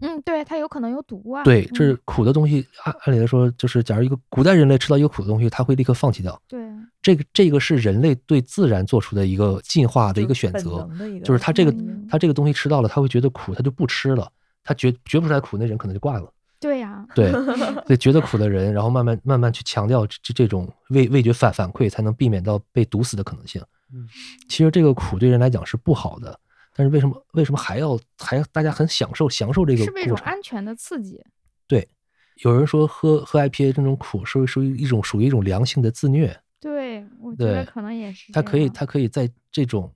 嗯，对，它有可能有毒啊。
对，
嗯
这是苦的东西，按按理来说，就是假如一个古代人类吃到一个苦的东西，他会立刻放弃掉。
对，
这个这个是人类对自然做出的一个进化的一个选择，，就是它这个
嗯
他这个东西吃到了，他会觉得苦，他就不吃了。他觉觉不出来苦，那人可能就挂了。
对啊呀，
对，对，觉得苦的人，然后慢慢慢慢去强调这这种味味觉反反馈，才能避免到被毒死的可能性。
嗯，
其实这个苦对人来讲是不好的，但是为什么为什么还要还要大家很享受享受这个
是不是一
过
种
程？
安全的刺激？
有人说喝喝 IPA 这种苦是属于一种属于一种良性的自虐，
对，我觉得
对
可能也是这
他
样。
可以他可以在这种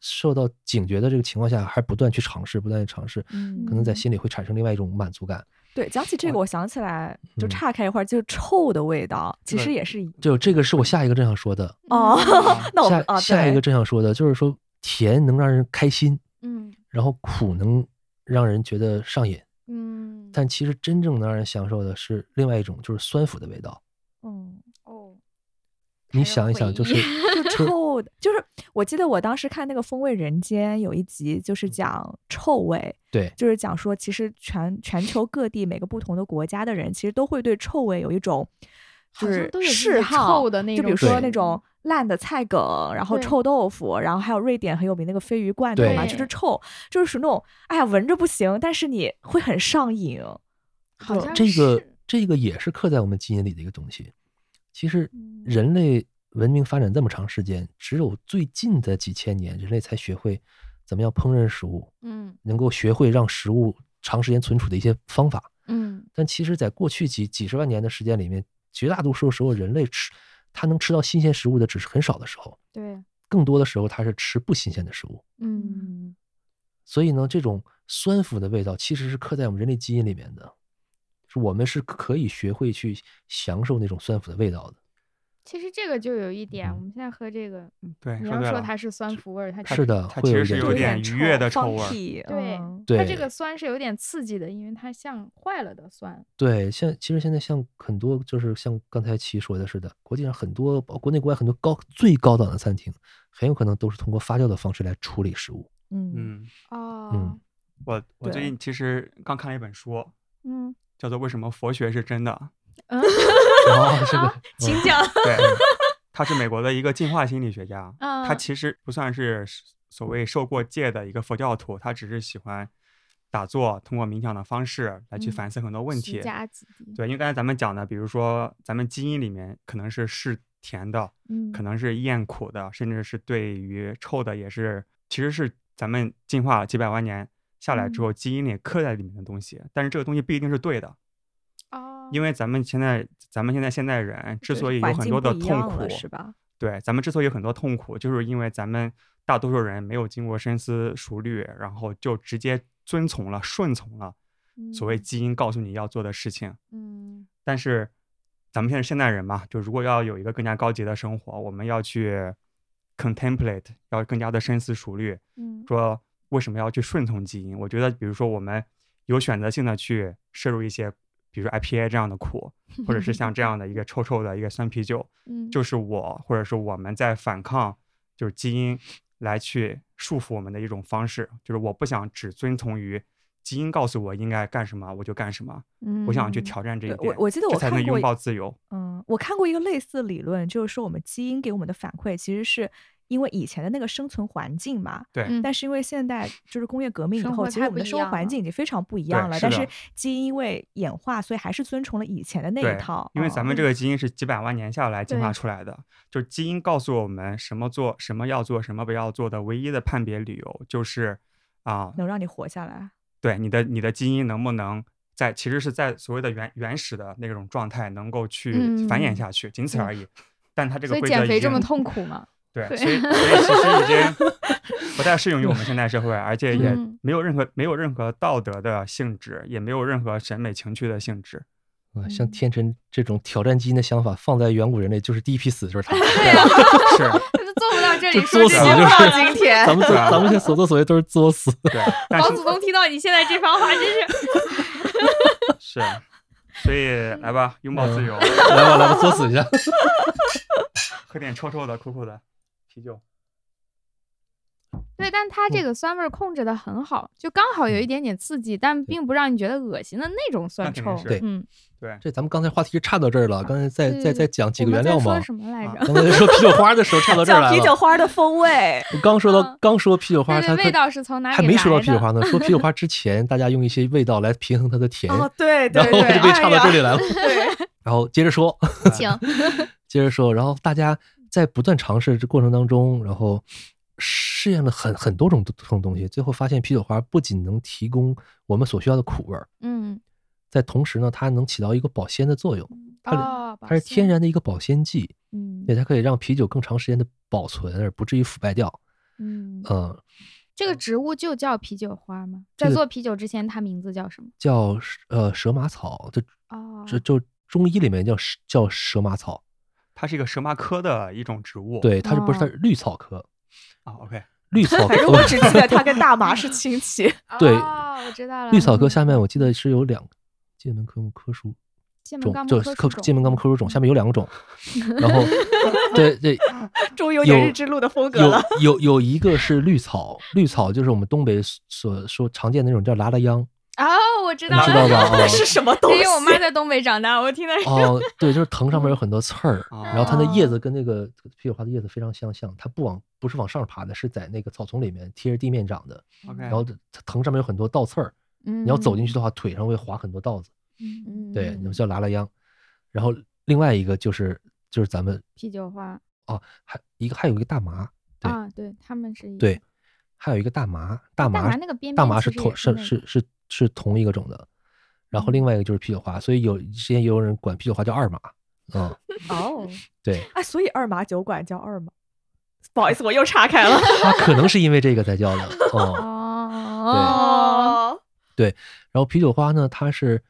受到警觉的这个情况下，还不断去尝试，不断去尝试，
嗯
可能在
嗯
心里会产生另外一种满足感。
对，讲起这个，我想起来，就
嗯
岔开一会儿，就是臭的味道，其
对
实也是一
就这个是我下一个正想说的，
哦
嗯。
那我
下
们啊，
下一
对
个正想说的就是说甜能让人开心，
嗯
然后苦能让人觉得上瘾，
嗯，
但其实真正能让人享受的是另外一种，就是酸腐的味道。
嗯，
哦，还
你
有
想一想，
回
就
忆
是
臭的，就是我记得我当时看那个《风味人间》有一集，
嗯
就是讲臭味，
对
就是讲说，其实全全球各地每个不同的国家的人，其实都会对臭味有一种
好
就
像
是
都有自己
嗜好
臭的那
就比如
种
说
对
那种烂的菜梗，然后
对
臭豆腐，然后还有瑞典很有名那个鲱鱼罐头嘛，
对
就是臭，就是属于那种哎呀闻着不行，但是你会很上瘾。
好
对
像
这个
是
这个也是刻在我们基因里的一个东西。其实
嗯
人类文明发展这么长时间，只有最近的几千年，人类才学会怎么样烹饪食物，
嗯
能够学会让食物长时间存储的一些方法。
嗯
但其实，在过去几几十万年的时间里面，绝大多数时候人类吃，他能吃到新鲜食物的只是很少的时候。
对
更多的时候它是吃不新鲜的食物。
嗯
所以呢，这种酸腐的味道其实是刻在我们人类基因里面的，是我们是可以学会去享受那种酸腐的味道的。
其实这个就有一点，
嗯
我们现在喝这个，
嗯对，
你
说
要
对
说
了，
它是酸腐味儿，它
是的，
它
会
其实
有
是
一
有
点
点愉悦的臭味儿
儿
对
嗯
对
它这个酸是有点刺激的，因为它像坏了的酸。
对。现其实现在像很多就是像刚才齐说的似的，国际上很多包括国内国外很多高最高档的餐厅，很有可能都是通过发酵的方式来处理食物。
嗯
嗯，
哦，
我我最
对
近其实刚看了一本书，
嗯
叫做《为什么佛学是真的》。
嗯，
哦，是的，
请
嗯
讲。
对，他是美国的一个进化心理学家，他
嗯
其实不算是所谓受过戒的一个佛教徒，他只是喜欢打坐，通过冥想的方式来去
嗯
反思很多问题
徐。家子弟，
对，因为刚才咱们讲的，比如说咱们基因里面可能是嗜甜的，
嗯，
可能是厌苦的，甚至是对于臭的也是，其实是咱们进化了几百万年下来
嗯
之后，基因里刻在里面的东西。但是这个东西不一定是对的，
哦，
因为咱们现在咱们现在现代人之
就是
所以有
环
很
境
多
不
的
一
痛
样
苦，
了是吧？
对，咱们之所以有很多痛苦，就是因为咱们大多数人没有经过深思熟虑，然后就直接遵从了、顺从了所谓
嗯
基因告诉你要做的事情。
嗯
但是咱们现在现代人嘛，就如果要有一个更加高级的生活，我们要去 contemplate，要更加的深思熟虑，
嗯
说为什么要去顺从基因？我觉得，比如说我们有选择性的去摄入一些，比如说 IPA 这样的苦，或者是像这样的一个臭臭的一个酸啤酒，
嗯，
就是我或者是我们在反抗，就是基因来去束缚我们的一种方式，就是我不想只遵从于基因告诉我应该干什么我就干什么，我想去
嗯
挑战这一
对
点，
呃我我记得
这
我
才
看
能
过
拥抱自由。
嗯，我看过一个类似的理论，就是说我们基因给我们的反馈，其实是因为以前的那个生存环境嘛。
对
嗯
但是因为现代就是工业革命以
生
后，
活
其实
太
我们
不
的
一
生活
样
环
了
境已经非常不一
对
样了。
是
但
的
是基因因为演化，所以还是遵从了以前的那
对
一套。嗯
因为咱们这
个，
个基因是几百万年下来进化
对
出来的，就是基因告诉我们什么做、什么要做、什么不要做的唯一的判别理由就是啊，
能让你活下 来。
对你的你的基因能不能在其实是在所谓的原原始的那种状态能够去繁衍
嗯
下去，仅此
对
而已。但它这个
所以
规则
减
已
肥这么
经
痛苦吗？
对，
对
所以所以其实已 经不太适用于我们现代社会，啊而且也
嗯
没有任何没有任何道德的性质，也没有任何审美情趣的性质。
啊，像
嗯
天辰这种挑战基因的想法，放在远古人类就是第一批死的就是 他。
是，
他 就做不到这里
就
说
作
这
死
句
就
话
是
了。
今天
咱们 所
对啊
咱们现在所作所为都是作死。
对， 但
毛
是
祖宗听到你现在这番话，真是
是，所以来吧，拥抱自由，
来吧来吧，作死一下。
喝点臭臭的、苦苦的啤酒。
对，但他
嗯
这个酸味儿控制的很好，就刚好有一点点刺激，但并不让你觉得恶心的那种酸
那肯定
臭。
是
对
嗯，
对，
这咱们刚才话题岔到这儿了，刚才在在
对
在讲几
嗯我们
个原
在
料
说
嘛。啊
什么来着？
刚才在说啤酒花的时候 岔到这儿
讲
来
啤酒
了。
花的风味，
刚说到
嗯
刚说啤酒花，
对
它
对，味
它
道是从哪里来
还
的？
没说到啤酒花 呢。说啤酒花之前，大家用一些味道来平衡它的甜，
哦，对对
然后
对，
我就被
哎
岔到这
呀
里来 了。
对，
然后接着说，
请。
接着说，然后大家在不断尝试这过程当中，然后试验了很很多种种东西，最后发现啤酒花不仅能提供我们所需要的苦味儿，
嗯，
在同时呢，它能起到一个保鲜的作用， 它
哦，
它是
保鲜
天。然的一个保鲜剂，
嗯
也它可以让啤酒更长时间的保存而不至于腐败掉。
嗯，
嗯，
这个植物就叫啤酒花吗？
这
在
个
做啤酒之前，它名字叫什么？
叫呃蛇麻草，这
哦，
这就中医里面叫蛇叫蛇麻草，
它是一个蛇麻科的一种植物。
对，它是不是它
哦
是绿草科？
啊，OK，
绿草科
反，正我只记得它跟大麻是亲戚。
对
哦，我知道了。
绿草科
嗯
下面我记得是有两个界门科目科属
界门
种
纲，目
就是科
科属嗯
界门纲目科属种，下面有两 个种，然后对对，
终于 有点
有
日之路的风格 了。，
有哦有有一个是绿草，绿草就是我们东北所说常见的那种叫拉拉秧，
哦，我知道
你
了，
知道吧？ 啊
是什么
因
东西
为？我妈在东北长大，我听的是。
哦，对，就是藤上面有很多刺儿，
嗯
哦
然后它的叶子跟那个啤酒花的叶子非常相像，它不往不是往上爬的，是在那个草丛里面贴着地面长的，
OK
哎
然
嗯
后它藤上面有很多倒刺儿，
你
你要走进去，的话，腿上会划很多道子，
嗯，
对，那
嗯
么叫拉拉秧。然后另外一个就是就是咱们
啤酒花
哦，还一个还有一个大麻，对
啊，对，他们是一
对，还有一个大麻，大
哦大
麻
麻那个边
大
边
麻
其
是
实
同
也是
是
那嗯
是是是同一个种的，然后另外一个就是啤酒花，所以有之前也有人管啤酒花叫二麻，嗯，
哦，
对，
啊哎，所以二麻酒馆叫二麻，不好意思，我又岔开了。
他可能是因为这个才叫的 哦。
哦，，
然后啤酒花呢，它是，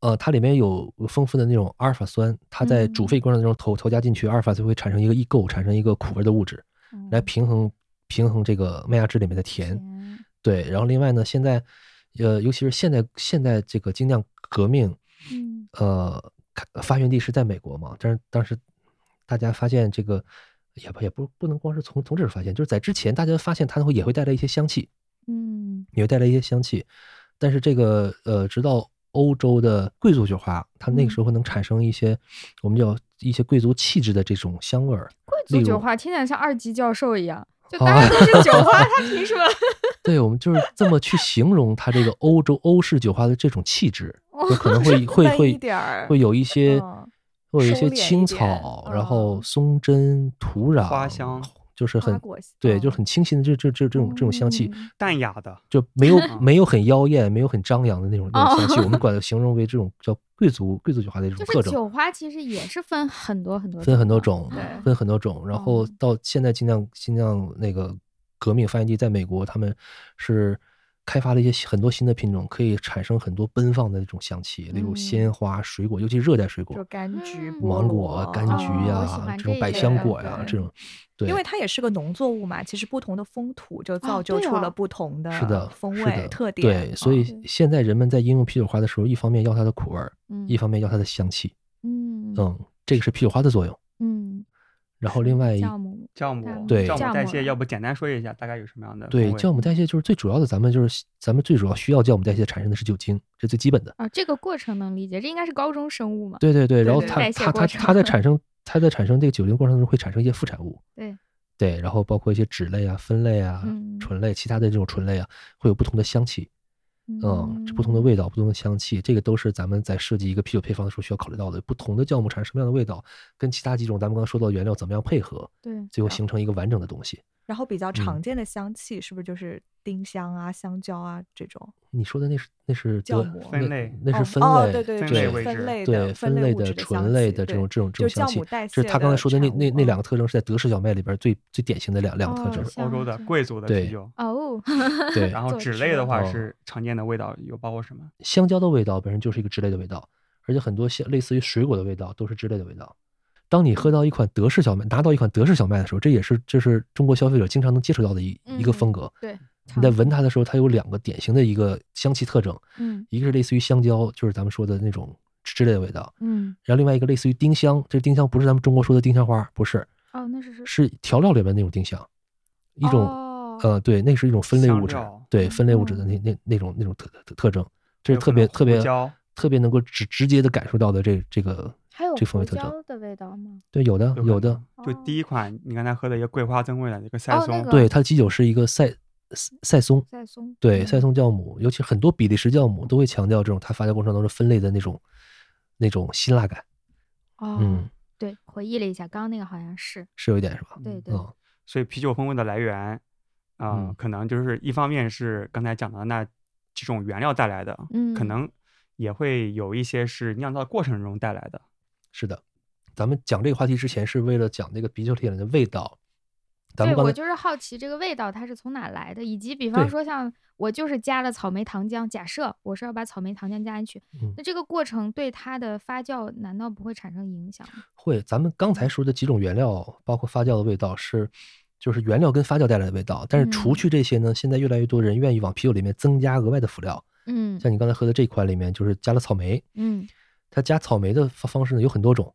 呃，它里面有丰富的那种阿尔法酸，它在煮
嗯
沸过程中投投加进去，阿尔法就会产生一个异构，产生一个苦味的物质，来平衡平衡这个麦芽汁里面的甜。
嗯甜
对，然后另外呢，现在，呃，尤其是现在现在这个精酿革命，
嗯
呃，开发源地是在美国嘛，但是当时大家发现这个。也不也不不能光是从从这儿发现，就是在之前大家发现它会也会带来一些香气，
嗯
也带来一些香气。但是这个呃，直到欧洲的贵族酒花，它
嗯
那个时候能产生一些、我们叫一些贵族气质的这种香味儿。
贵
例
族
如
酒花听起来像二级教授一样，就
啊
大家都是酒 花，他凭什么？
对我们就是这么去形容它这个欧洲欧式酒花的这种 气质，有可能会会
闷哦一
会
点儿
会有一些、
嗯
会有一
收敛
些
一点
青草，然后
嗯
松针、土壤、
花香，
就是
花
很
果香
对，就是很清新的这这这这种这种香气。
嗯
淡雅的，
就没有
嗯
没有很妖艳，没有很张扬的那种那种香气，
哦
我们 管它形容为这种叫贵族贵族酒花的一种
就
特
是
征。
酒花其实也是分很多很多
分很多
的
种，
对
分很多种。然后
哦
到现在精酿精酿那个革命发源地在美国，他们是开发了一些很多新的品种，可以产生很多奔放的那种香气，例如
嗯
鲜花、水果，尤其热带水
就
果，
柑橘、
嗯
菠
芒果
萝
啊、柑橘呀、
哦我喜欢
这
这
种
一
百
类
香
的
果呀、
对
这种，对，
因为它也是个农作物嘛，其实不同的风土就造就
对
出
哦
了不同
是的
风
是
味
的
特点。嗯
对，所以
对
现在人们在应用啤酒花的时候，一方面要它的苦味儿，
嗯
一方面要它的香气，
嗯
嗯，这个是啤酒花的作用。
嗯，
然后另外一
酵母
酵
淡
母，
的
对
酵
酵
母代
母
谢，要不简单说一下，大概有什么样的风
对
味
酵母代谢就是最主要的，咱们就是咱们最主要需要酵母代谢产生的是酒精，这最基本的。
啊，这个过程能理解，这应该是高中生物嘛？
对对对，然后
对
它
代谢
它
过
它
程
它在产生它在产生这个酒精过程中会产生一些副产物，
对
对，然后包括一些酯类啊、酚类啊、
嗯
醇类、其他的这种醇类啊，会有不同的香气，嗯，不同的味道、不同的香气，这个都是咱们在设计一个啤酒配方的时候需要考虑到的。不同的酵母产生什么样的味道，跟其他几种咱们刚刚说到的原料怎么样配合，
对，
最后形成一个完整的东西。
然后比较
嗯
常见的香气是不是就是丁香啊、香蕉啊这种？
你说的那是那是
酵
德
母
那
分类
那是
哦
分
哦
类，
对对
分
对
类为
分
之
类
对
的
分
类物
的
质
醇
香
类
气
的这
对
种这种
就
这种
是酵
香气
母代，
就是
谢
他刚才
的
说的那
产
那
物
那
嗯
两个特征是在德式小麦里边最最典型的两两个特
哦
征。
像
欧洲的
这样
贵族的
对
啤酒，
哦，
对，
然后
做
脂
吃
类
的
的话
哦
是常见的味道，有包括什么？
香蕉的味道本身就是一个之类的味道，而且很多像类似于水果的味道都是之类的味道。当你喝到一款德式小麦，拿到一款德式小麦的时候，这也是这是中国消费者经常能接触到的一、
嗯
一个风格。
对，
你在闻它的时候，它有两个典型的一个香气特征，
嗯
一个是类似于香蕉，就是咱们说的那种之类的味道，
嗯，
然后另外一个类似于丁香，这丁香不是咱们中国说的丁香花，不是，
哦，那是是
是调料里面那种丁香，一种、
哦
呃，对，那是一种分类
香
物质
料，
对分类物质的
嗯
那那那种那种特特特征，这
有
是特
可
别
能
特别
胡椒
特别能够直直接的感受到的这这个
还有
这
胡
风味特征。
椒的味道吗？
对，有的
有可
有的
能，就第一款你刚才喝的一个桂花增味的一个
哦
赛
那
松，
个
对它的基酒是一个赛赛赛松，
赛松，
对赛
嗯，
松酵母，尤其很多比利时酵母都会强调这种它发酵过程当中分类的那种那种辛辣感，
哦，
嗯，
对，回忆了一下，刚刚那个好像是，
是有一点是吧？
对对，
嗯，
所以啤酒风味的来源啊、呃
嗯
可能就是一方面是刚才讲的那几种原料带来的，
嗯
可能也会有一些是酿造过程中带来的。
是的。咱们讲这个话题之前是为了讲这个啤酒里面的味道，咱们
对
刚
我
才
就是好奇这个味道它是从哪来的，以及比方
对
说像我就是加了草莓糖浆，假设我是要把草莓糖浆加进去，
嗯
那这个过程对它的发酵难道不会产生影响吗？
会，咱们刚才说的几种原料，包括发酵的味道是，就是原料跟发酵带来的味道。但是除
嗯
去这些呢，现在越来越多人愿意往啤酒里面增加额外的辅料，
嗯
像你刚才喝的这款里面就是加了草莓。
嗯
它加草莓的方方式呢有很多种，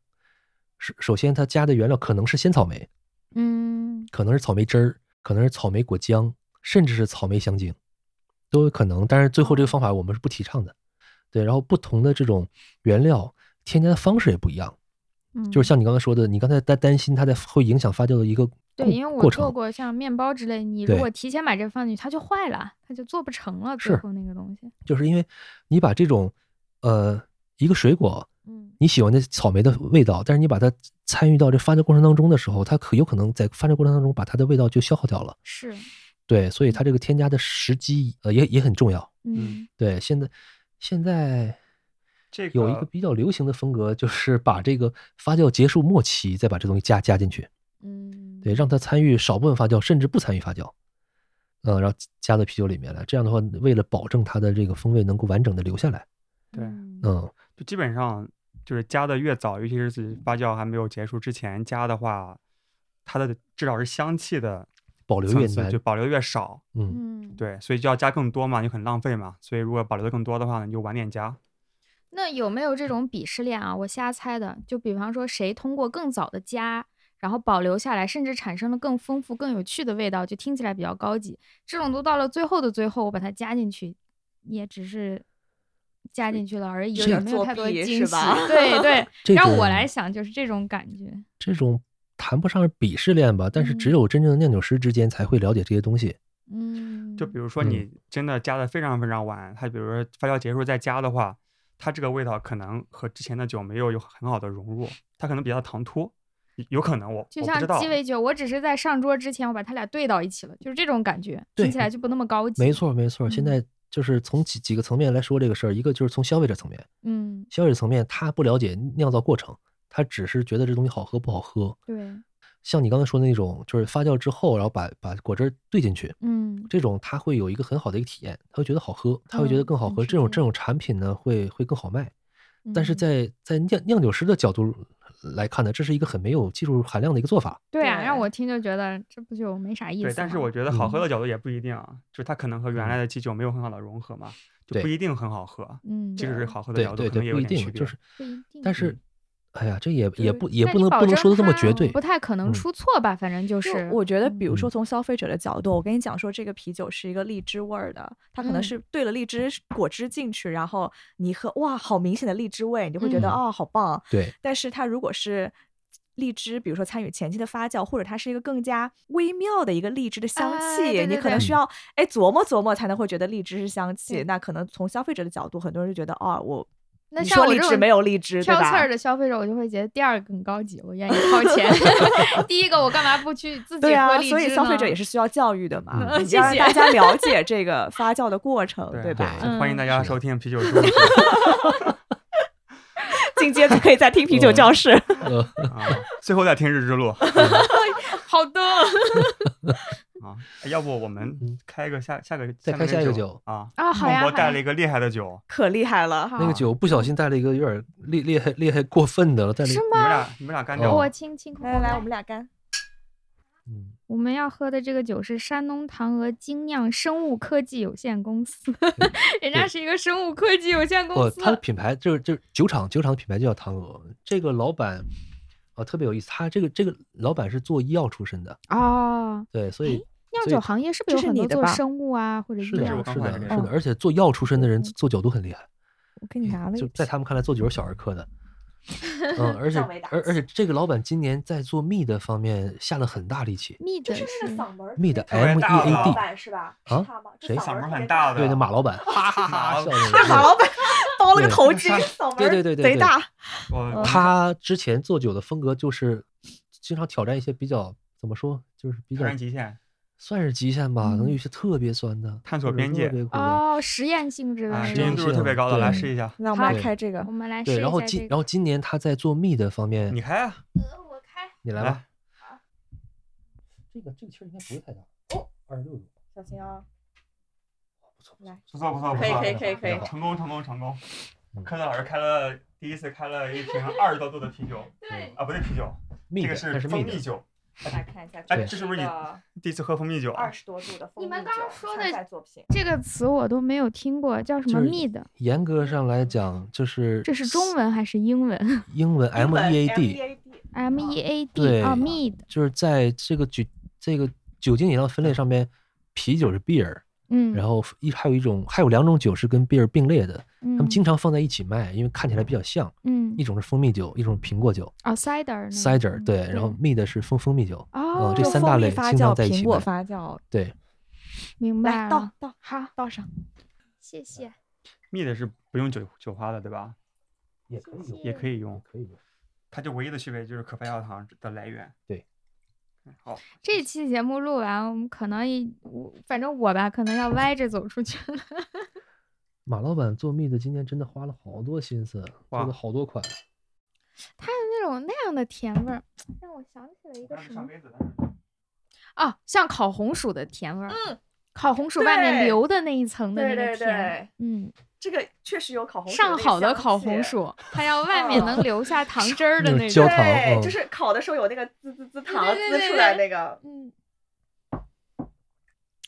首首先它加的原料可能是鲜草莓，
嗯，
可能是草莓汁儿，可能是草莓果浆，甚至是草莓香精，都有可能。但是最后这个方法我们是不提倡的。对，然后不同的这种原料添加的方式也不一样。
嗯
就是像你刚才说的，你刚才担担心它在会影响发酵的一个
对，
过
因为我做
过程，
过像面包之类，你如
对
果提前把这放进去，它就坏了，它就做不成了，最
是
后那个东西。
就是因为你把这种呃一个水果，
嗯
你喜欢的草莓的味道，但是你把它参与到这发酵过程当中的时候，它可有可能在发酵过程当中把它的味道就消耗掉了。
是，
对，所以它这个添加的时机呃也也很重要。
嗯
对，现在现在
这个
有一个比较流行的风格，就是把这个发酵结束末期再把这东西加加进去。
嗯，
对，让他参与少部分发酵，甚至不参与发酵，嗯，然后加到啤酒里面来。这样的话，为了保证它的这个风味能够完整的留下来，
对
嗯
嗯，
就基本上就是加的越早，尤其是自己发酵还没有结束之前加的话，它的至少是香气的
保留
层
越
次
难
就，保留越少。
嗯，
嗯，
对，所以就要加更多嘛，就很浪费嘛。所以如果保留的更多的话呢，你就晚点加。
那有没有这种鄙视链啊？我瞎猜的，就比方说谁通过更早的加，然后保留下来，甚至产生了更丰富、更有趣的味道，就听起来比较高级。这种都到了最后的最后，我把它加进去，也只是加进去了而已，
有
也
点
没有
作
太多
弊
惊
是
喜
吧。
对对，
这
让我
种
来想就是这种感觉。
这种谈不上是鄙视链吧，但是只有真正的酿酒师之间才会了解这些东西。
嗯，
就比如说你真的加的非常非常晚，它比如说发酵结束再加的话，它这个味道可能和之前的酒没有有很好的融入，它可能比较唐突，有有可能我
就
我不
像
知道
鸡。尾酒，我只是在上桌之前，我把它俩兑到一起了，就是这种感觉，
对
听起来就不那么高级。
没，错，没错。现在就是从几几个层面来说这个事儿，一个就是从消费者层面，
嗯，
消费者层面他不了解酿造过程，他只是觉得这东西好喝不好喝。
对，
像你刚才说的那种，就是发酵之后，然后把把果汁儿兑进去，
嗯，
这种他会有一个很好的一个体验，他会觉得好喝，他会觉得
嗯
更好
很
喝。
直
这种
接
这种产品呢，会会更好卖。但是
嗯
在在酿酿酒师的角度来看呢，这是一个很没有技术含量的一个做法。
对啊，让
对
我听就觉得这不就没啥意思吗。
对，但是我觉得好喝
嗯
的角度也不一定，啊，就是它可能和原来的基酒没有很好的融合嘛，就不
对
一定很好喝。
嗯，
即使是好喝的
对
角度，
对
可能也
对，不
有
一
点区
定，
别。
就是
不一定
但是
嗯，
哎呀，这也
就
也
是
不也
但
不
你
能
保
不能
证
说的这么
它
绝对
不。太可能
嗯
出错吧？反正就，
就是我觉得，比如说
嗯
从消费者的角度，我跟你讲说，这个啤酒是一个荔枝味儿的，它可能
嗯
是兑了荔枝果汁进去，然后你一喝，哇，好明显的荔枝味，你就会觉得
嗯
哦，好棒。
对，
但是它如果是荔枝，比如说参与前期的发酵，或者它是一个更加微妙的一个荔枝的香
哎
气，
对
你
对
可能
对
需要哎琢磨琢磨才能会觉得荔枝是香气
对。
那可能从消费者的角度，很多人就觉得哦，我
那
你
像
说
我
荔
这
枝
种
没有荔枝，对
挑刺
吧
儿？的消费者，我就会觉得第二个更高级，我愿意掏 钱。 第一个我干嘛不去自己
对
喝
啊，
荔枝
所以消费者
呢
也是需要教育的 嘛，
嗯
你
谢
要让
谢
大家了解这个发酵的过程，
对
吧？
嗯
对
欢迎大家
是的
收听啤酒叔
进阶可以再听
嗯
啤酒教室。
呃，
啊，最后再听日之路
好 的，
啊。要不我们
嗯
开个下下个
再
下
开
面
下一
的
个酒
啊？
啊
嗯
好呀
孟
好
博
呀
带了一个厉害的酒，
可厉害了，
那个酒不小心带了一个有点厉厉害厉害过分的了，带了一
是
个，
你们
吗？
俩你们俩干
哦
掉
我。清清空
来来来，我们俩干。
嗯，
我们要喝的这个酒是山东唐鹅精酿生物科技有限公司， 人家
嗯对
是一个生物科技有限公
哦，
司。
它的品牌就是就是酒厂，酒厂的品牌就叫唐鹅。这个老板啊特别有意思，他这个这个老板是做医药出身的，
哦，
对，所以
酿
所以
酒行业是不是
这
有
是
很多
你的
做
吧
生物啊或者医
是的，
药
我
是
刚换的
的，是
这个
的，而且做药出身的人做酒都很厉害。
我
嗯
给你拿了一
就
瓶，
在他们看来，做酒是小儿 科的。嗯，而且
降维打
而而
击
且这个老板今年在做蜜的方面下了很大力气。
蜜的是
门
蜜的
特别
M E
大的
A
老
D，
板是吧？是
啊
他吗这
谁
嗓
嗓门
门特
很
别
大的，
对，那马老板，
哈哈
马
哈
笑！的
是马老板包了个
对
头巾
上，
嗓门
对对对对
贼
对
大。
我
嗯
他之前做酒的风格就是经常挑战一些比较怎么说，就是比
突
较
然极限，
算是极限吧，可能
嗯
有些特别酸的，
探索
或者
边界
特别苦的。
哦，实验性质的
啊，
是
知
验
名
吗
性？
度是特别高的，来
对
试一下，
那我们来
对
开这个
我，们来试一
对，
下
然后
这
今
个。
然后今年他在做蜜的方面
你，开啊，
呃我开，
你来吧
来。，
啊
这个这个气儿应该不会太大，哦，二十六度，
小心啊！
不错
来
不错不错不
可以
错，
可以可以可以
好
成功成功成功
嗯！
科特老师开了第一次开了一瓶二十多度的啤 酒
对，
啊，不对啤酒，
蜜
这个
的，
是
它是
蜂
蜜的
蜜，酒，
来看一下，
哎
对
这是不是第一次喝蜂蜜酒啊
二，十多度的
你
蜂蜜
们刚刚
酒
说
参
的
赛作品？
这个词我都没有听过，叫什么
就是
蜜的？
严格上来讲，就是
这是中文还是英文
英文 M E A D，
D，
？M E A D
对
啊，蜜的，
就是在这个酒这个酒精饮料分类上面，啤酒是 beer，
嗯，
然后一还有一种还有两种酒是跟 beer 并列的，
他
他们经常放在一起卖，因为看起来比较像，
嗯
一种是蜂蜜酒，一种是苹果酒
哦，cider 呢
cider，对，嗯然后
对
蜜的是蜂蜂蜜酒，
哦，
这
就
三
蜂
大
蜜
类
发
经常
酵、
在一起
苹果
卖
发酵，嗯
对，
明白
来倒
了，
倒
好，
倒上。
谢谢。
蜜的是不用酒酒花的，对吧？
也可以用
也可以用，
可以用，
它就唯一的区别就是可发酵糖的来源。
对
嗯，好，
这期节目录完，我们可能一我反正我吧，可能要歪着走出去了。
马老板做蜜的今年真的花了好多心思，做
哇
了好多款，
它有那种那样的甜味儿，让我想起了一个什
上
么？
杯子的，
啊，像烤红薯的甜味儿。
嗯，
烤红薯外面
对
留的那一层的那
对
个
对
甜。
对，
嗯，
这个确实有烤红薯
上
那
好的
香
烤红
气， 嗯
薯，它要外面能留下糖汁儿的
那
那
焦
种。
糖
对
嗯，
就是烤的时候有那个滋滋滋糖
对
滋
对对
出来那个，
嗯，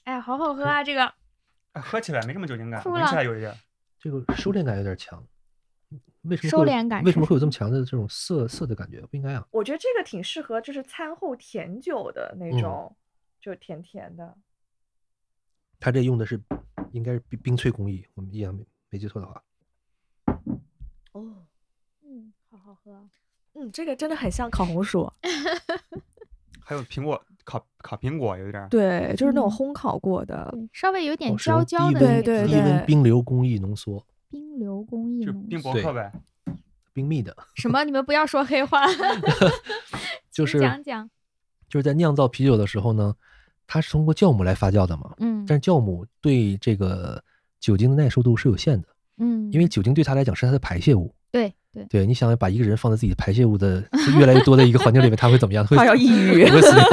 哎呀，好好喝啊！这个
哎喝起来没什么酒精感，
哭
闻
了
起来有一点。
这个收敛感有点强。为什么
收
会有
敛感
为
是
什么会有这么强的这种涩涩的感觉？不应该啊。
我觉得这个挺适合就是餐后甜酒的
嗯
那种，就甜甜的。
他这用的是应该是冰冰萃工艺，我们印象没没记错的话，
哦，
嗯，好好喝。
嗯，这个真的很像烤红 薯，
还有苹果烤烤苹果有一点儿，
对，就是那种
嗯
烘烤过的。
对，嗯稍微有点
哦使
焦
用
焦
低
的
温
那
对
个
对
低
甜味
温冰流工艺浓缩
冰流工艺
就
浓
冰
缩
博客呗。
冰蜜的，
什么？你们不要说黑 话，
就
请
是
讲讲。
就是在酿造啤酒的时候呢，它是通过酵母来发酵的嘛，
嗯
但是酵母对这个酒精的耐受度是有限的，
嗯，
因为酒精对它来讲是它的排泄物。
对对，
对，你想把一个人放在自己排泄物的越来越多的一个环境里面，他会怎么样？ 会
他要抑 郁
会死掉。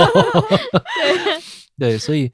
对，所以，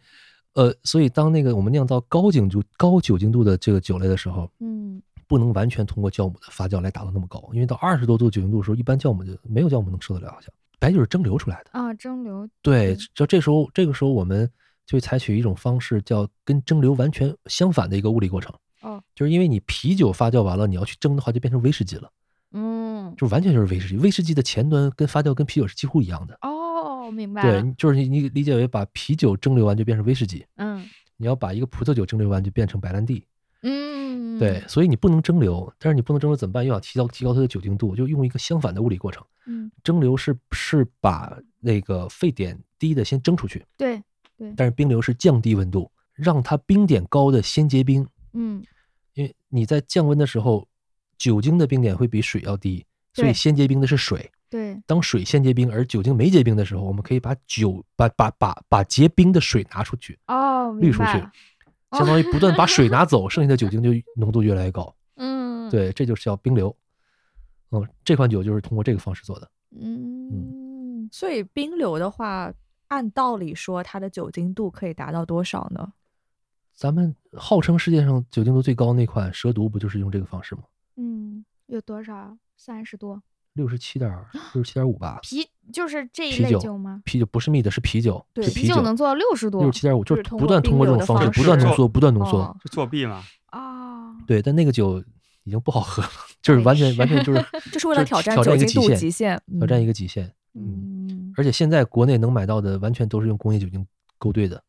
呃，所以当那个我们酿造高酒精高酒精度的这个酒类的时候，
嗯
不能完全通过酵母的发酵来达到那么高，因为到二十多度酒精度的时候，一般酵母就没有酵母能受得了，好像白酒是蒸馏出来的。
啊，蒸馏
对
嗯，
就这时候，这个时候我们就采取一种方式，叫跟蒸馏完全相反的一个物理过程。
哦，
就是因为你啤酒发酵完了，你要去蒸的话，就变成威士忌了，
嗯
就完全就是威士忌。威士忌的前端跟发酵跟啤酒是几乎一样的。
哦，明白
对
了，，
就是你你理解为把啤酒蒸馏完就变成威士忌，
嗯
你要把一个葡萄酒蒸馏完就变成白兰地。
嗯，
对，所以你不能蒸馏，但是你不能蒸馏怎么办？又要提高提高它的酒精度，就用一个相反的物理过程。
嗯
蒸馏是是把那个沸点低的先蒸出去，
对，
但是冰流是降低温度，让它冰点高的先结冰，
嗯
因为你在降温的时候，酒精的冰点会比水要低，所
对
以先结冰的是水。
对，
当水先结冰，而酒精没结冰的时候，我们可以把酒把把把把结冰的水拿出去，
哦，
滤
明
出
白
去
了，，
相当于不断把水拿走，剩下的酒精就浓度越来越高。
嗯，，
对，这就是叫冰流。嗯，这款酒就是通过这个方式做的。
嗯，
所以冰流的话，按道理说它的酒精度可以达到多少呢？
咱们号称世界上酒精度最高那款蛇毒，不就是用这个方式吗？
嗯，有多少？三十多
六十七点六十七点五吧。
啤就是这一
啤
类
酒
酒吗？
啤酒不是蜜的，是啤酒，
对
是
啤
啤
酒能做到六十多
六十七点五，
就
就
是
是
通
不
过
断通过这
冰
种
流的
方式，
方
不断
式
浓缩，不断浓缩。
哦
就作弊嘛，
啊？
对，但那个酒已经不好喝了，就是完全完全就是
这是为了
就
挑战
挑
酒
战一个
精度
极限，
极限，
挑战一
个。
个极限。嗯，
嗯，
而且现在国内能买到的，完全都是用工业酒精勾兑的，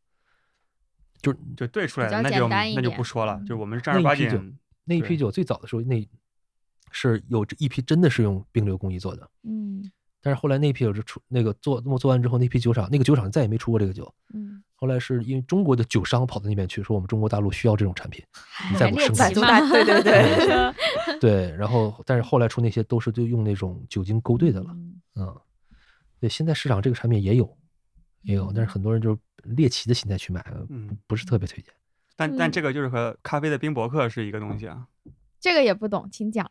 就是
就兑出来的
比较
那
简
就
单一
那就
点
不说了，
嗯
就我们正
那
儿八
一批酒
经，
那一批
对
酒最早的时候，那是有这一批真的是用冰流工艺做的，
嗯
但是后来那批酒就出那个做做完之后，那批酒厂那个酒厂再也没出过这个酒。
嗯，
后来是因为中国的酒商跑到那边去，说我们中国大陆需要这种 产品，你再
哎
给我
猎
升
满
级
奇
足
嘛
大，对对对，
对，然后但是后来出那些都是就用那种酒精勾兑的了，
嗯
嗯，对，现在市场这个产品也有，也
嗯
有，但是很多人就是猎奇的心态去买，呃
嗯，
不是特别推荐。
但但
嗯
这个就是和咖啡的冰博客是一个东西啊，
这个也不懂，请讲。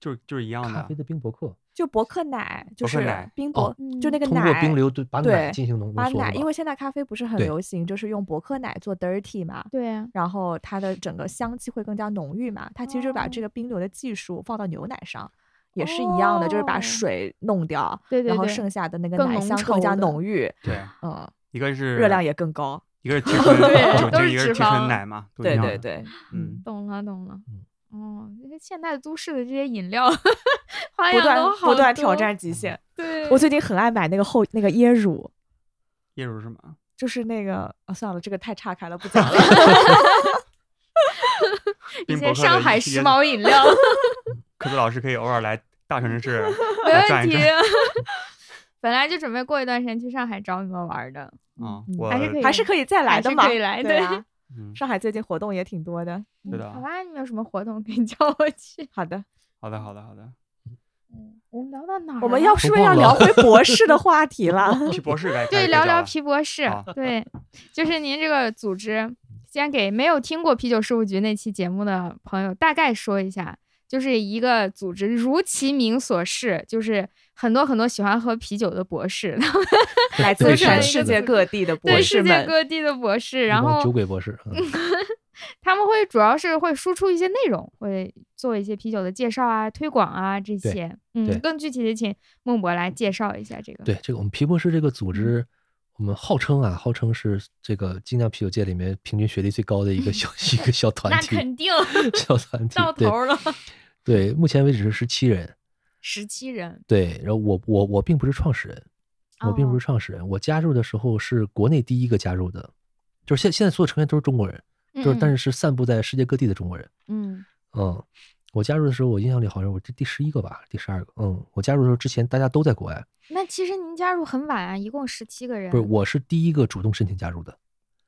就是就是一样
咖
的
啡。的冰博客
就伯克奶，就
伯克
是
奶
冰
哦
博，就那个
通过
奶
冰流对把奶
对
进行浓
把
浓缩
奶，
的
因
吧，
为现在咖啡不是很
对
流行，就是用伯克奶做 dirty 嘛，
对啊，
然后它的整个香气会更加浓郁嘛。它其实就是把
哦
这个冰流的技术放到牛奶上，也是一样的，就是把
哦
水弄掉，
对对
然后
对
剩下的那个
更
奶
浓
香更加
稠的
浓郁，
对，
嗯，
一个是
热量也更高。
一个是提纯
对
酒
都
精，
是
一个
脂
是提
肪
纯奶嘛，都一
对
样
对
的。
对，
嗯，
懂了懂了
嗯。
哦，这些现代都市的这些饮料 花
不
样哎
断
都好
不断挑
多。
战极限。
对，
我最近很爱买那个后那个椰乳，
椰乳是什么？
就是那个啊，算了，这个太岔开了，不讲了。
一
冰
些
博客
上
的
海
一些
时髦饮 料，
科子老师可以偶尔来大城 市
没
来转
问
一
题
转。。 嗯
本来就准备过一段时间去上海找你们玩的，
啊
嗯，
我
还是可以
还是可以再来
还
的
是
嘛，
可以来
对
的
啊。
嗯，
上海最近活动也挺多的。
是的
好吧，你们有什么活动可以叫我去？
好的，
好的，好的，好的。
嗯， 我们聊到哪儿了？
我们要是不是
都
要
忘
聊
了
回 博士的话 题了？
皮博士该
嗯对
该
聊
该
聊
聊
皮博士
好，
对，就是您这个组织，先给没有听过啤酒事务局那期节目的朋友大概说一下，就是一个组织，如其名所示，就是很多很多喜欢喝啤酒的博士， 他们
来
对
自
是
全
的
世
是
界
的
各地的博
对
士
世界
们，
各地的博士，
一
然
帮
后
酒鬼博士，嗯
他们会主要是会输出一些内容，会做一些啤酒的介绍啊、推广啊这
对
些。
对
嗯，更具体的请孟博来介绍一下这个。
对，这个我们皮博士这个
嗯
组织，我们号称啊，号称是这个精酿啤酒界里面平均学历最高的一 个小一个小团
那
体，
肯定
小 团体
到头了，
对。对，目前为止是十七人。
十七人。
对，然后我我我并不是创始人，我并不
哦
是创始人，我加入的时候是国内第一个加入的，就是现现在所有成员都是中国人，就是但
是
是是散布在世界各地的中国人。
嗯
嗯，我加入的时候，我印象里好像我这第十一个吧，第十二个。嗯，我加入的时候之前大家都在国外，
嗯，那其实您加入很晚啊，一共十七个人。
不是，我是第一个主动申请加入的，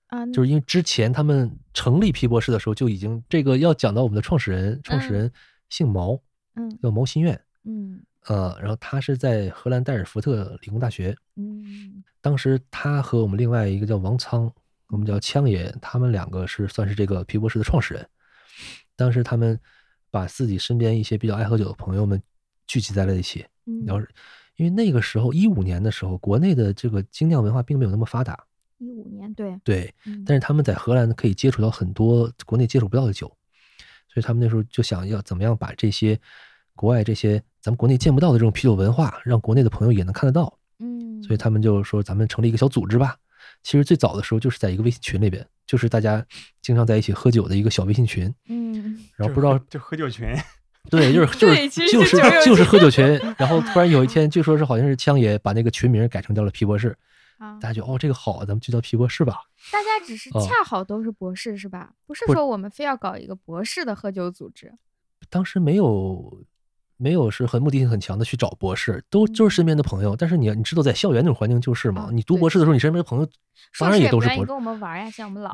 啊，
就是因为之前他们成立皮博士的时候就已经这个要讲到我们的创始人，创始
嗯
人姓毛，
嗯
叫毛新苑，
嗯
呃，然后他是在荷兰代尔福特理工大学，
嗯
当时他和我们另外一个叫王仓，我们叫枪爷，他们两个是算是这个皮博士的创始人。当时他们把自己身边一些比较爱喝酒的朋友们聚集在了一起，
嗯，
然后因为那个时候一五年的时候，国内的这个精酿文化并没有那么发达，
嗯一五年对，
对，
嗯
但是他们在荷兰可以接触到很多国内接触不到的酒，所以他们那时候就想要怎么样把这些国外这些咱们国内见不到的这种啤酒文化，让国内的朋友也能看得到。
嗯，
所以他们就说咱们成立一个小组织吧。其实最早的时候就是在一个微信群里边，就是大家经常在一起喝酒的一个小微信群，
嗯
然后不知道
就喝酒群，
对，就是就
对
是
其实
就是
酒友
是就是喝酒群，然后突然有一天据说是好像是枪爷把那个群名改成叫了皮博士，
啊，
大家就哦这个好，咱们就叫皮博士吧。
大家只是
哦
恰好都是博士是吧？不是
不
说我们非要搞一个博士的喝酒组织。
当时没有没有是很目的性很强的去找博士，都就是身边的朋友。但是你你知道在校园那种环境就是嘛
啊，
你读
嗯对
博士的时候，你身边的朋友当
硕
然
士
也都
不
是
愿
博
意
士
跟，我们玩呀，嫌我们老。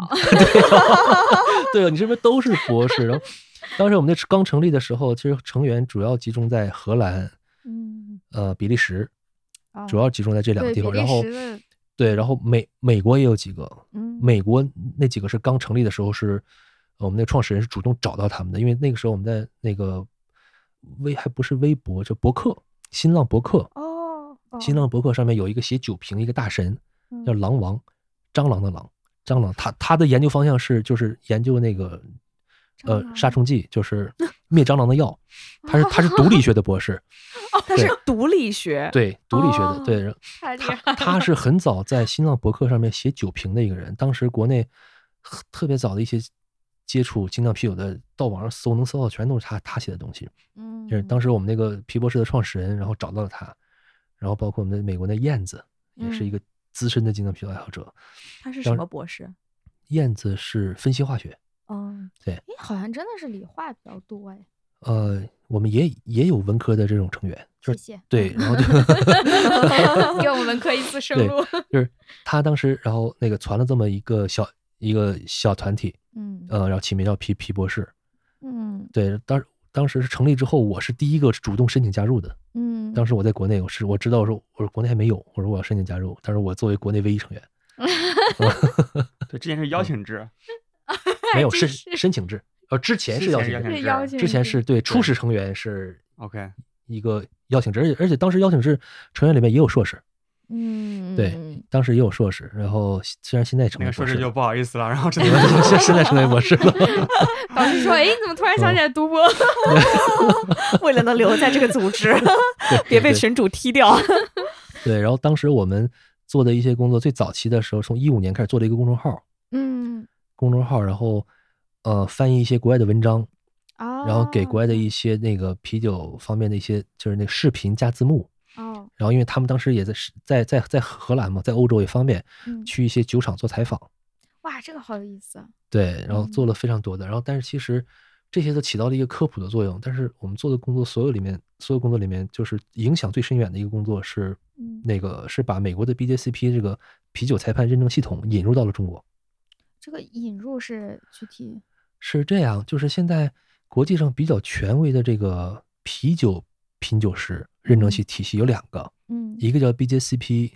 对啊，你身边都是博士。然后当时我们那刚成立的时候，其实成员主要集中在荷兰、
嗯，
呃比利时，
哦
主要集中在这两个
对
地
比
方。
利
然后
时的
对，然后美美国也有几个，
嗯
美国那几个是刚成立的时候是，呃我们那个创始人是主动找到他们的，因为那个时候我们在那个微还不是微博，就博客，新浪博客，
哦，哦
新浪博客上面有一个写酒评的一个大神，
嗯
叫狼王，蟑螂的狼，蟑螂。他他的研究方向是就是研究那个呃
蟑螂
杀虫剂， 就是灭蟑螂的药。他是他是毒理学的博士，
哦他是毒理学，
对毒理学的
哦
对。然后
太厉害
他他是很早在新浪博客上面写酒评的一个人，当时国内很特别早的一些接触精酿啤酒的，到网上搜能搜到全都是他他写的东西。
嗯，
就是当时我们那个皮博士的创始人，然后找到了他，然后包括我们的美国的燕子，也是一
嗯
个资深的精酿啤酒爱好者。
他是什么博士？
燕子是分析化学，
嗯，
诶好像真的是理化比较多哎，
呃，我们也也有文科的这种成员，就
谢
是
谢。
对，然后就
哦
给我们可以自生
对
路。
就是他当时，然后那个传了这么一个小一个小团体，
嗯
呃，然后起名叫皮皮博士。
嗯
对，当当时是成立之后，我是第一个主动申请加入的。
嗯，
当时我在国内，我是我知道说，我说国内还没有，我说我要申请加入，但是我作为国内唯一成员，
对，之前是邀请制，
没有
真
申
是
申请制，呃，之前
之
是邀
前
请
是
制，
被
制
邀请
之前
制
是对初始成员是
OK，
一个邀请制，而且而且当时邀请制成员里面也有硕士，
嗯
对
嗯
当时也有硕士，然后虽然现在成
那
为
个硕
博
士
士
就
了，
不好意思了，然后只能
现现在成为博士了，
导师说：“哎， 你怎么突然
嗯
想起来读博？
为了能留在这个组织，
对
别
对
被群主踢掉。
对，然后当时我们做的一些工作，最早期的时候，从一五年开始做了一个公众号，
嗯
公众号，然后呃翻译一些国外的文章，
啊，
然后给国外的一些那个啤酒方面的一些就是那个视频加字幕。
哦，
然后因为他们当时也在是在在在荷兰嘛，在欧洲也方便
嗯
去一些酒厂做采访，
哇，这个好有意思啊。
对，然后
嗯
做了非常多的，然后但是其实这些都起到了一个科普的作用，但是我们做的工作所有里面所有工作里面就是影响最深远的一个工作是
嗯
那个是把美国的 BJCP 这个啤酒裁判认证系统引入到了中国。
这个引入是具体
是这样，就是现在国际上比较权威的这个啤酒品酒师认证系体系有两个，
嗯
一个叫 BJCP，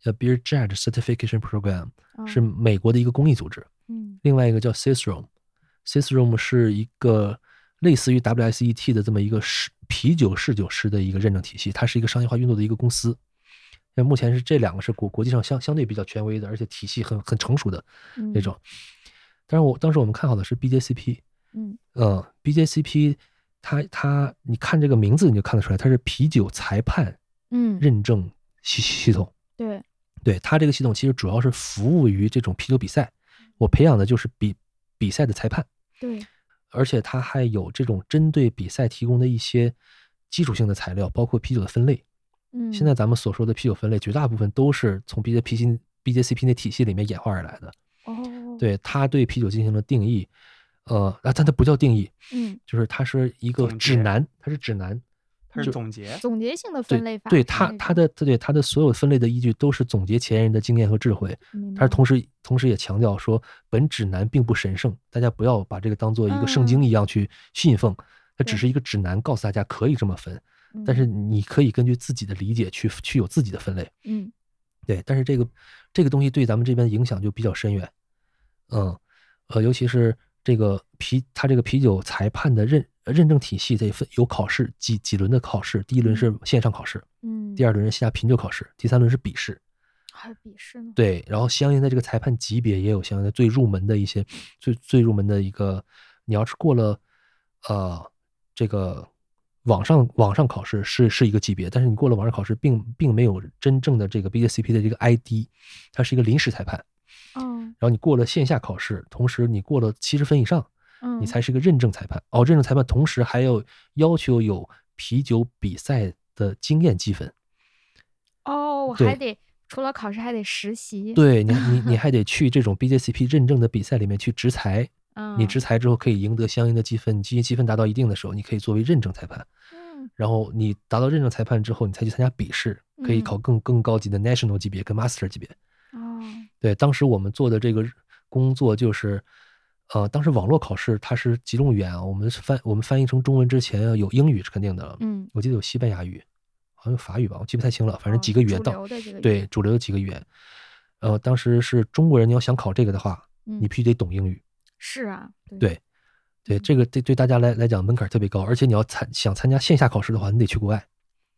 叫呃 Beer Judge Certification Program，
哦
是美国的一个公益组织；
嗯
另外一个叫 CISROM，CISROM 是一个类似于 WSET 的这么一个试啤酒侍酒师的一个认证体系，它是一个商业化运作的一个公司。那目前是这两个是国国际上相相对比较权威的，而且体系很很成熟的那种。但是我当时我们看好的是 BJCP，
嗯
嗯，BJCP 它它你看这个名字你就看得出来，它是啤酒裁判
嗯，
认证系系统。
对，
对它这个系统其实主要是服务于这种啤酒比赛，我培养的就是比比赛的裁判，
对，
而且它还有这种针对比赛提供的一些基础性的材料，包括啤酒的分类。
嗯，
现在咱们所说的啤酒分类，绝大部分都是从 BJPC BJCP 那体系里面演化而来的。
哦，，
对它对啤酒进行了定义，呃，啊，但它不叫定义，
嗯，
就是它是一个
总
指
结
南，它是指南。
它是总结，
嗯总结性的分类
对
法，嗯
对，它它的对它的所有分类的依据都是总结前人的经验和智慧，
嗯
它是同时同时也强调说，本指南并不神圣，大家不要把这个当做一个圣经一样去信奉，它只
嗯对
是一个指南，告诉大家可以这么分，
嗯，
但是你可以根据自己的理解去去有自己的分类。
嗯
对，但是这个这个东西对咱们这边影响就比较深远，嗯，呃，尤其是这个啤，它这个啤酒裁判的认呃认证体系，得分有考试几几轮的考试，第一轮是线上考试，
嗯，
第二轮是线下品酒考试，第三轮是笔试，
还有笔试呢，
对，然后相应的这个裁判级别也有相应的最入门的一些最最入门的一个，你要是过了，呃，这个网上网上考试是是一个级别，但是你过了网上考试并并没有真正的这个 BJCP 的这个 ID，它是一个临时裁判。
嗯
然后你过了线下考试，同时你过了七十分以上，
嗯，
你才是个认证裁判。哦，认证裁判同时还要要求有啤酒比赛的经验积分。
哦，我
对
还得除了考试还得实习，，
对你，你你还得去这种 BJCP 认证的比赛里面去执裁，
嗯，
你执裁之后可以赢得相应的积分，积积分达到一定的时候，你可以作为认证裁判。
嗯，
然后你达到认证裁判之后，你才去参加笔试，可以
嗯
考更更高级的 National 级别跟 Master 级别。
哦，
对，当时我们做的这个工作就是，呃，当时网络考试它是几种语言啊，我们是翻我们翻译成中文之前要有英语是肯定的了，
嗯，
我记得有西班牙语，好像有法语吧，我记不太清了，反正
哦
几个语言
主
到，
流的这个语
对
言，
主流有几个语言。呃，当时是中国人，你要想考这个的话，你
嗯，
必须得懂英语。
是啊，对
对对，这个
嗯
对对大家来来讲门槛特别高，而且你要参想参加线下考试的话，你得去国外。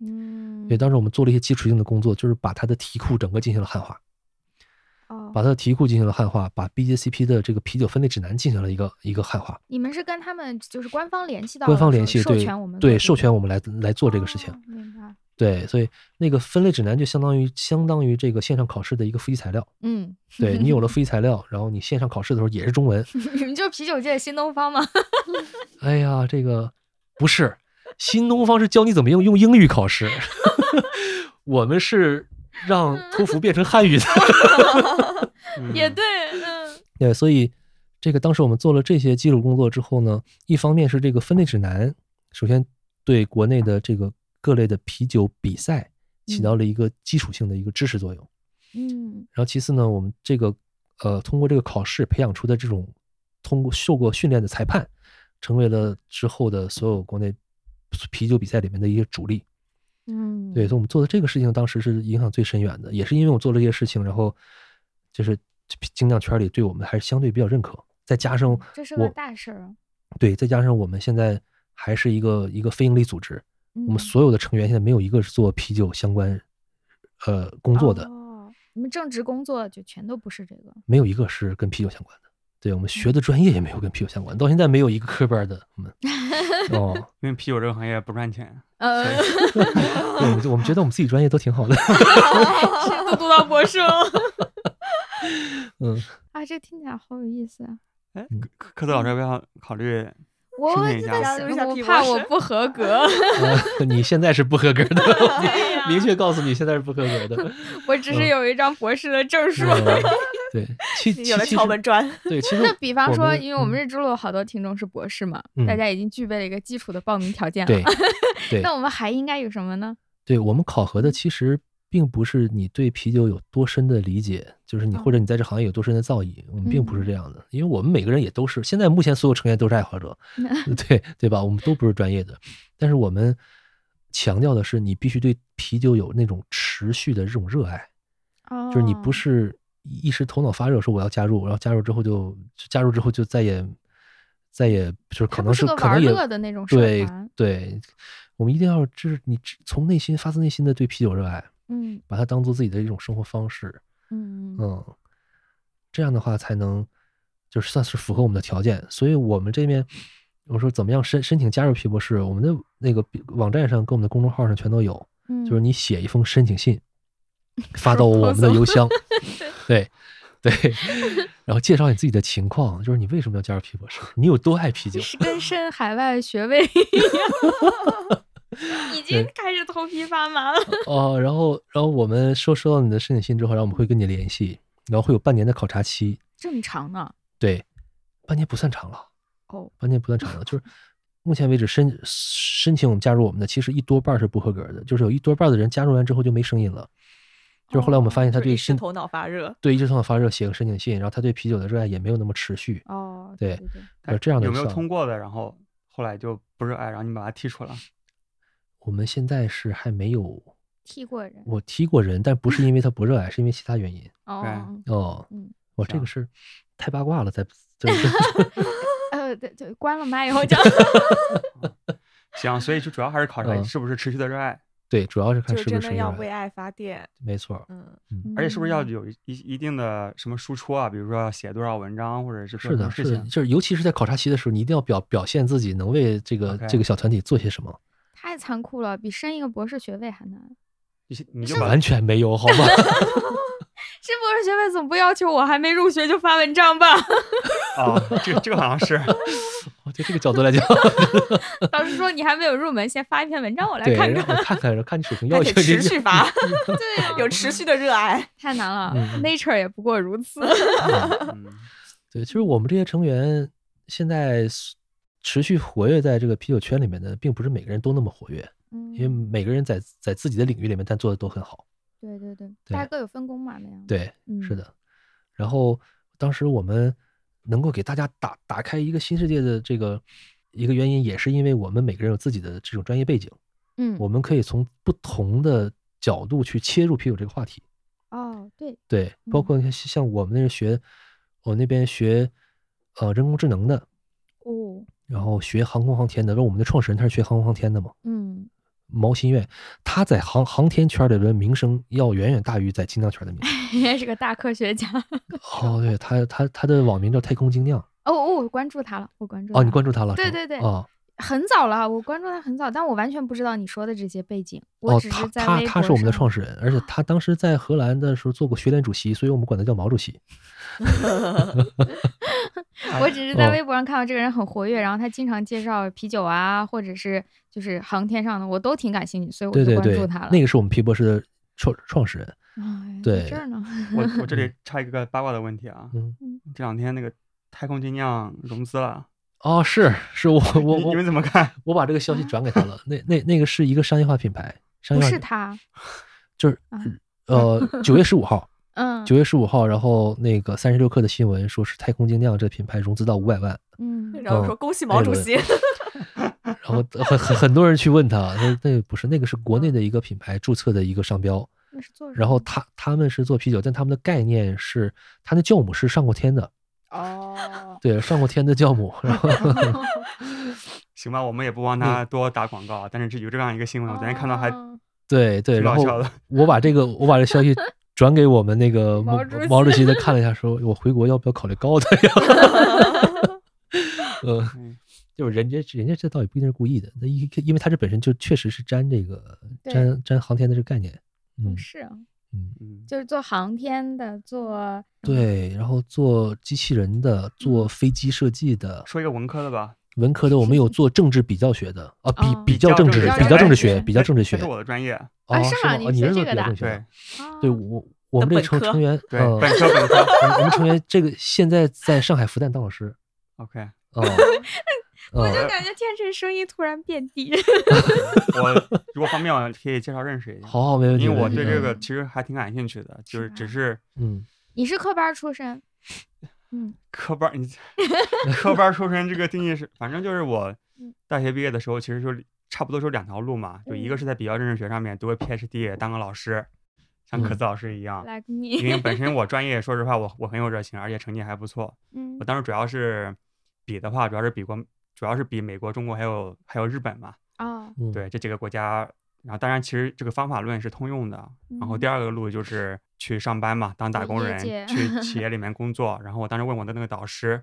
嗯，
对，当时我们做了一些基础性的工作，就是把它的题库整个进行了汉化。
哦，
把它的题库进行了汉化，把 BJCP 的这个啤酒分类指南进行了一个一个汉化，
你们是跟他们就是官方联系到了
官
说，
方联系
授
对
权我们
对
做
授
这
权我们来来做这个事情，
哦明白，
对，所以那个分类指南就相当于相当于这个线上考试的一个复习材料，
嗯，
对你有了复习材料，然后你线上考试的时候也是中文，
你们就是啤酒界的新东方吗？
哎呀，这个不是新东方是教你怎么用用英语考试， 我们是让托福变成汉语的。
嗯
也对，嗯
对，所以这个当时我们做了这些基础工作之后呢，一方面是这个分类指南，首先对国内的这个各类的啤酒比赛起到了一个基础性的一个支持作用。
嗯
然后其次呢，我们这个呃通过这个考试培养出的这种通过受过训练的裁判，成为了之后的所有国内啤酒比赛里面的一些主力。
嗯，
对，所以我们做的这个事情当时是影响最深远的，也是因为我做了这些事情，然后就是精酿圈里对我们还是相对比较认可，再加上
嗯这是
我
个大事儿啊。
对，再加上我们现在还是一个一个非盈利组织，我
我
们所有的成员现在没有一个是做啤酒相关呃工作的，
哦，你们正职工作就全都不是这个。
没有一个是跟啤酒相关的。对我们学
嗯
的专业也没有跟啤酒相关，到现在没有一个科班的。 我们哦，
因为啤酒这个行业不赚钱，
呃，
对我们就我们觉得我们自己专业都挺 好的。
都读到博士了
嗯，
啊！这听起来好有意思啊！
哎
嗯，
科科子老师要不要考虑？
我
顺
我
便
就
一
在
下
交流一
想，
下
我
皮
怕
博
我
士
不合 格，
呃你现在是不合格的，
对呀
我明确告诉你，现在是不合格 的。
我只是
嗯
有一张博士的证书。
嗯对，其其
有了
其
敲
实
门砖，
对，其实
那 比方
我
说，
们
因为我们
嗯
日之路有好多听众是博士嘛，大
嗯
家已经具备了一个基础的报名条件
对
了。
对
那我们还应该有什么呢？
对我们考
嗯
核的其实并不是你对啤酒有多深的理解，就是你
哦
或者你在这行业有多深的造诣，我们并不
嗯
是这样的，因为我们每个人也都是现在目前所有成员都是爱好 者，对对吧？我们都不是专业的，但是我们强调的是你必须对啤酒有那种持续的这种热爱，
哦
就是你不是一时头脑发热说我要加入，然后加入之后就加入之后就再也再也就是
它
可能
不
是
是个
可能
玩
也
乐的那种社
对
团，
对，我们一定要就是你从内心发自内心的对啤酒热爱，
嗯
把它当做自己的一种生活方式，
嗯嗯
嗯，这样的话才能就是算是符合我们的条件。所以我们这边我说怎么样申申请加入皮博士，我们的那个网站上跟我们的公众号上全都有，
嗯，
就是你写一封申 请信，发到我们的
Proposal
邮箱，对对，然后介绍你自己的情况，就是你为什么要加入皮博士，你有多爱啤酒
你，是 跟申海外学位一样，已经
对
开始头皮发麻了。
哦，然后然后我们收收到你的申请信之后，然后我们会跟你联系，然后会有半年的考察期，
正常呢，
对，半年不算长了，
哦，
半年不算长了，就是目前为止申申请我们加入我们的，其实一多半是不合格的，就是有一多半的人加入完之后就没声音了，就是后来我们发现他
哦就是
对
一时
新
头脑发热。
对一直头脑发热写个申请信，然后他对啤酒的热爱也没有那么持续，
哦，
对
对对，
呃，这样的
有没有
上
通过的？然后后来就不热爱，然后你把他踢出来。
我们现在是还没有
踢过人
我踢过人，但不是因为他不热爱，是因为其他原因
哦，
哦，
嗯，
我这
行
个是太八卦了，在就是
呃，对对，关了麦以后讲，
行，所以就主要还是考察
嗯
你是不是持续的热爱，
对，主要是看
就是
是不
真
是
的
谁
要
热
为
爱
爱发电，
没错儿，
嗯，
而且是不是要
嗯
有一一一定的什么输出啊？比如说要写多少文章，或者嗯是做
是
什么
的，
事
是的，
情？
就是尤其是在考察期的时候，你一定要表表现自己能为这个
OK
这个小团体做些什么，
太残酷了，比申一个博士学位还难。
你先你就把
完全没有，好吗？
申博士学位总不要求我还没入学就发文章吧？
啊，这个这个好像 是
我觉得这个角度来讲，
导师说你还没有入门，先发一篇文章我来
对，
看
让
看。
我看看，看你水平要
而
求
且持续发，
对呀、
有持续的热爱。
太难了、
嗯
n a t u r e 也不过如此。
嗯
对，其实我们这些成员现在是持续活跃在这个啤酒圈里面的，并不是每个人都那么活跃， 因为
嗯，
每个人在在自己的领域里面，但做的都很好。
对对对，
对
大家各有分工嘛，那样。，
对，
嗯、
是。的。然后当时我们能够给大家打打开一个新世界的这个一个原因，也是因为我们每个人有自己的这种专业背景，
嗯，
我们可以从不同的角度去切入啤酒这个话题。
哦，对，
对，包
嗯
括你看像我们那是学，我那边学呃人工智能的，
哦，
然后学航空航天的，然后我们的创始人他是学航空航天的嘛，
嗯，
毛新月，他在航航天圈里的名声要远远大于在精酿圈的名声。
应该是个大科学家。
哦，对他他他的网名叫太空精酿。
哦哦，我关注他了，我关注他
哦，你
了
关注他了？
对
是吗
对对
哦
很早了，我关注他很早，但我完全不知道你说的这些背景，我
哦
只，
他
是在
他
微
他
博
是我们的
上嗯
创始人，而且他当时在荷兰的时候做过学联主席，所以我们管他叫毛主席。
我只是在
哦
微博上看到这个人很活跃，然后他经常介绍啤酒啊，或者是就是航天上的，我都挺感兴趣，所以我
对
就
对
关
对
注他了。
那个是我们皮博士的创创始人。
哎
对
在这儿呢，
我我这里插一个八卦的问题啊，
嗯，
这两天那个太空精酿融资了，
哦，是是我我
你
我
你们怎么看？
我把这个消息转给他了。那那那个是一个商业化品牌，商
不
业化
是他，
就是
啊
呃九月十五号，
嗯，
九月十五号，然后那个三十六氪的新闻说是太空精酿这品牌融资到五百万，
嗯，
然后说
嗯
恭喜毛主席，
然后很很很多人去问他，那那个不是那个是国内的一个品牌注册的一个商标，
那是做什么
然后他他们是做啤酒，但他们的概念是他的酵母是上过天的，
哦，
对，上过天的酵母，然后
行吧，我们也不
嗯
帮他多打广告，啊但是这有这样一个新闻，我昨天看到还
哦
对对，
挺
然
搞
后
笑的
我把这个我把这消息转给我们那个
毛
毛
主席
毛主席的看了一下，说我回国要不要考虑高的呀？ 呃，
嗯
就是人家人家这倒也不一定是故意的，那因因为他这本身就确实是沾这个
对
沾沾航天的这个概念，嗯
是啊，
嗯。
嗯，
就是做航天的，做啊
对，然后做机器人的，做飞机设计的，
说一个文科的吧，
文科的我们有做政治比较学的啊，比
哦
比较政治
比较，
比较政治学，
政治
比较政治学
这哎是我的专业，
哦，
啊是
是
吗
吗？
你
哦，你
学
是做
这个
比
的
较政治学
对
的？对，我我们
的
这个
本
成
科
成员，
对，
呃
本科本科
我们成员这个现在在上海复旦当老师呃
，OK，
啊，我
我就 感觉天辰声音突然变低，
我如果方便我可以介绍认识一下，
好好没问题，
因为
没
我
问题
对这
嗯
个其实还挺感兴趣的，就是
吧
只是
嗯，
你是科班出身，嗯
科班儿，你 科班儿出身这个定义是，反正就是我
嗯
大学毕业的时候，其实就差不多就两条路嘛，就
嗯
一个是在比较政治学上面读个 PhD，当个老师，像可
嗯
子老师一样，
，like
因
me，
为本身我专业说实话我我很有热情，而且成绩还不错。
嗯
我当时主要是比的话，主要是比国，主要是比美国、中国还有还有日本嘛。
啊，
嗯，
对，这几个国家。然后，当然，其实这个方法论是通用的。然后，
嗯
第二个路就是去上班嘛，当打
就
工
业
人，
界
去 企业里面工作。然后，我当时问我的那个导师，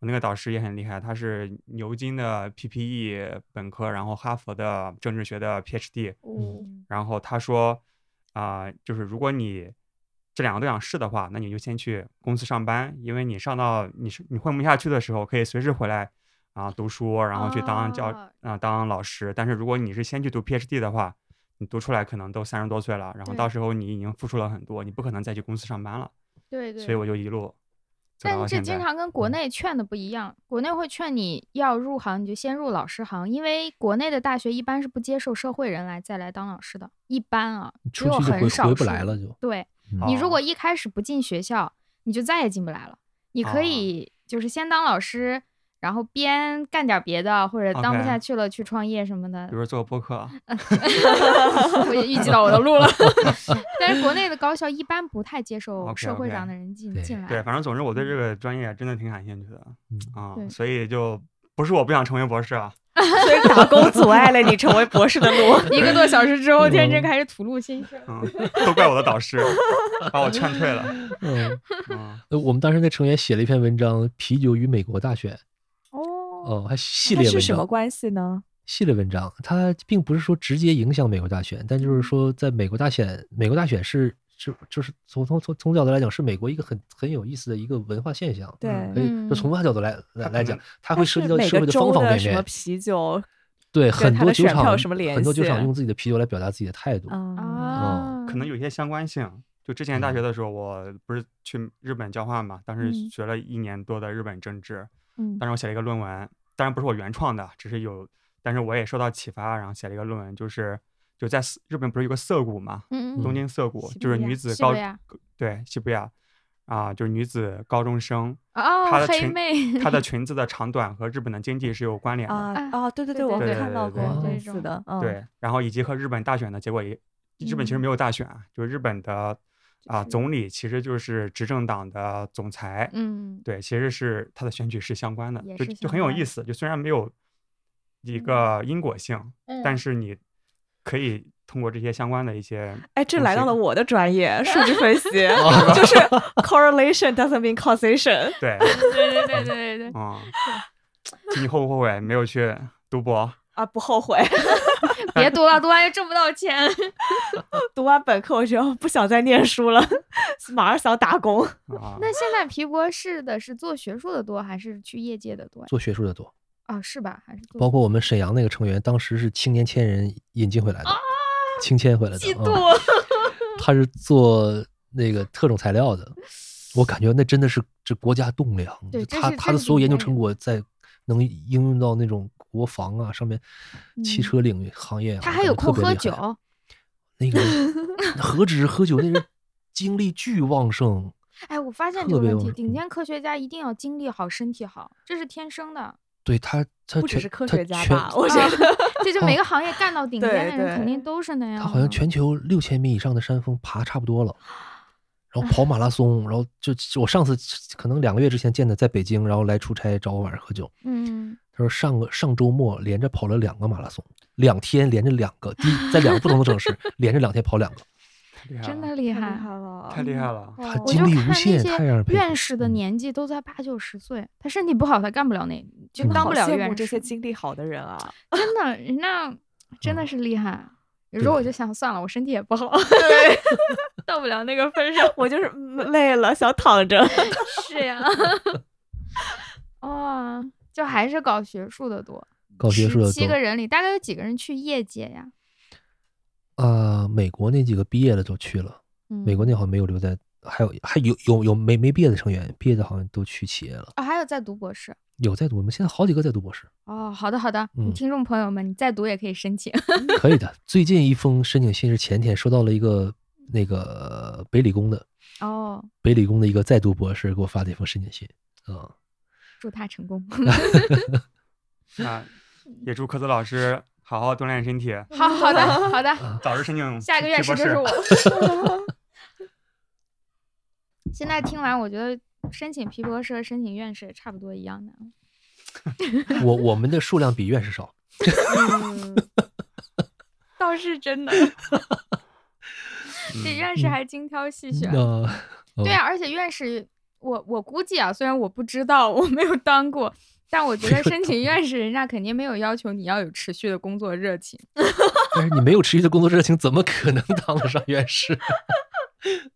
我那个导师也很厉害，他是牛津的 PPE 本科，然后哈佛的政治学的 PhD。
哦
嗯
然后他说，啊、就是如果你这两个都想试的话，那你就先去公司上班，因为你上到你是你混不下去的时候，可以随时回来啊读书，然后去当教
哦
啊、当老师。但是如果你是先去读 PhD 的话，你读出来可能都三十多岁了，然后到
对
时候你已经付出了很多，你不可能再去公司上班了。
对对。
所以我就一路走
但
到
这
现在
经。常跟国
嗯
内劝的不一样，国内会劝你要入行你就先入老师行，因为国内的大学一般是不接受社会人来再来当老师的，一般啊，只
出
有
去就
很
回
少
回不
数
来了就。
对
嗯
你如果一开始不进学校，你就再也进不来了。你可
哦
以就是先当老师，然后边干点别的，或者当不下
OK
去了去创业什么的
比。如说做播客
哎
啊，
我也预计到我的路 了，但是国内的高校一般不太接受
OK，
社会
OK
上的人进
对
进来。
对，反正总之我对这个专业真的挺感兴趣的
嗯
啊、
嗯对
所以就不是我不想成为博士啊，
所以打工阻碍了你成为博士的路。
一个多小时之后，天真
嗯
开始吐露心声。
嗯，都怪我的导师把我劝 退了。
嗯，
嗯，
呃我们当时那成员写了一篇文章《啤酒与美国大选》，
哦，
哦，还系
它
列文
是什么
章，
关系呢？
系列文章，它并不是说直接影响美国大选，但就是说，在美国大选，美国大选是是就是从从从从角度来讲，是美国一个很很有意思的一个文化现象。
对
嗯
可。以，就
嗯
从文化角度来来
它可
来讲
能，
它
但
会
是
涉及到
每
社
个
会的
州
方方面
什么
面。
啤酒
对，
对
很
它
多
的
酒
选票
厂
有什么联
很多酒厂
系
用自己的啤酒来表达自己的态度。
啊，
啊
哦，
可能有一些相关性。就之前大学的时候，我不是去日本交换嘛，当时
嗯
学了一年多的日本政治，
嗯
当时我写了一个论文，当然不是我原创的，只是有，但是我也受到启发，然后写了一个论文，就是就在涩日本不是有个涩谷嘛，
嗯
东京涩谷，
西
就是
伯利亚
女子
西
高
伯利亚
对西伯利亚啊，就是女子高中生，她
哦，
的
黑
裙
妹，
她的裙子的长短和日本的经济是有 关联的，
啊啊！对对
对
对，我
对
会
对
看到过
对对
类
这
似的，嗯，
对，然后以及和日本大选的结果也，日本其实没有大选啊，就是日本的啊、
嗯就是
总理其实就是执政党的总裁，
嗯，
对，其实是他的选举是相关的
也，
就是就
相
很有
关
意
的嗯
思，就虽然没有一个因果性， 但是你可以通过这些相关的一些，
哎，这
东
来
西
到了我的专业，数据分析，就是 correlation doesn't mean causation。
对，
对对对对 对对，
嗯，就你后不后悔没有去读博？
啊，不后悔。
别读了，读完又挣不到钱。
读完本科，我觉得不想再念书了，马上想打工。
啊，
那现在皮博士的是做学术的多，还是去业界的多呀？
做学术的多，
哦，是吧？还是做
包括我们沈阳那个成员，当时是青年千人引进回来的，青签回来的，
啊嫉
嗯
妒？
他是做那个特种材料的，我感觉那真的是这国家栋梁。
对
就
这
他
是
他
真
的
是
所有
顶
研究
尖
成
人
果在能应用到那种国防啊上面，汽
嗯
车领域行业啊、
他
我
还
感
有
觉特
空
别
喝
厉害
酒，
那个 那何止是喝酒，那人精力巨旺盛。
哎，我发现
特
这个
别
问
有
题，顶
嗯
尖科学家一定要精力好、身体好，这是天生的。
对他，他
不只
全
是科
他
学家
全
吧，我觉得
这就每个行业干到顶尖
对
的人，肯
对
定都是那样的。
他好像全球六千米以上的山峰爬差不 多了，然后跑马拉松，然后就就我上次可能两个月之前见的，在北京，然后来出差找我晚上喝酒。
嗯，
他说上个上周末连着跑了两个 马拉松，两天连着两个，第一在两个不同的城市连着两天跑两个，
啊太厉害
真
了
的嗯厉
太
害
厉。害了
太厉害了，
他
我就
精
看
力
那
无限，
些
太让人佩服。
院士的
嗯
年纪都在八九十岁，他身体不好，他干不了那，就
嗯
当
好
不了
羡
院
慕这些
士。
精力好的人啊！
真的，人家真的
嗯
是厉害。有
对
时候我就想，算了，我身体也不好，到不了那个 份儿上。
我 就是嗯累了，想躺着。
是呀，哇，就还是搞学术的多。
搞学术的
七
都
个人里，大概有几个人去业界呀？
啊、美国那几个毕业的都去了，
嗯，
美国那好像没有留在，还有还有有有没没毕业的成员，毕业的好像都去企业了，
哦，还有在读博士。
有在读，我们现在好几个在读博士，
哦，好的好的，你
嗯
听众朋友们，你再读也可以申请。
可以的。最近一封申请信是前天收到了一个那个北理工的
哦，
北理工的一个在读博士给我发的一封申请信啊。
祝他成功。
那也祝科子老师好好锻炼身体，
好好 的好的，
啊
早日申
嗯
请
嗯下个
批
院士
博
就
士
是我。
嗯
现在听完，我觉得申请皮博士和申请院士也差不多一样难。
我我们的数量比院 士少，
倒是真的，
嗯
这院
嗯
士还精挑细选。
那
对
哦
啊，而且院士，我我估计啊，虽然我不知道，我没有当过，但我觉得申请院士，人家肯定没有要求你要有持续的工作热情。
但是你没有持续的工作热情，怎么可能当得上院士？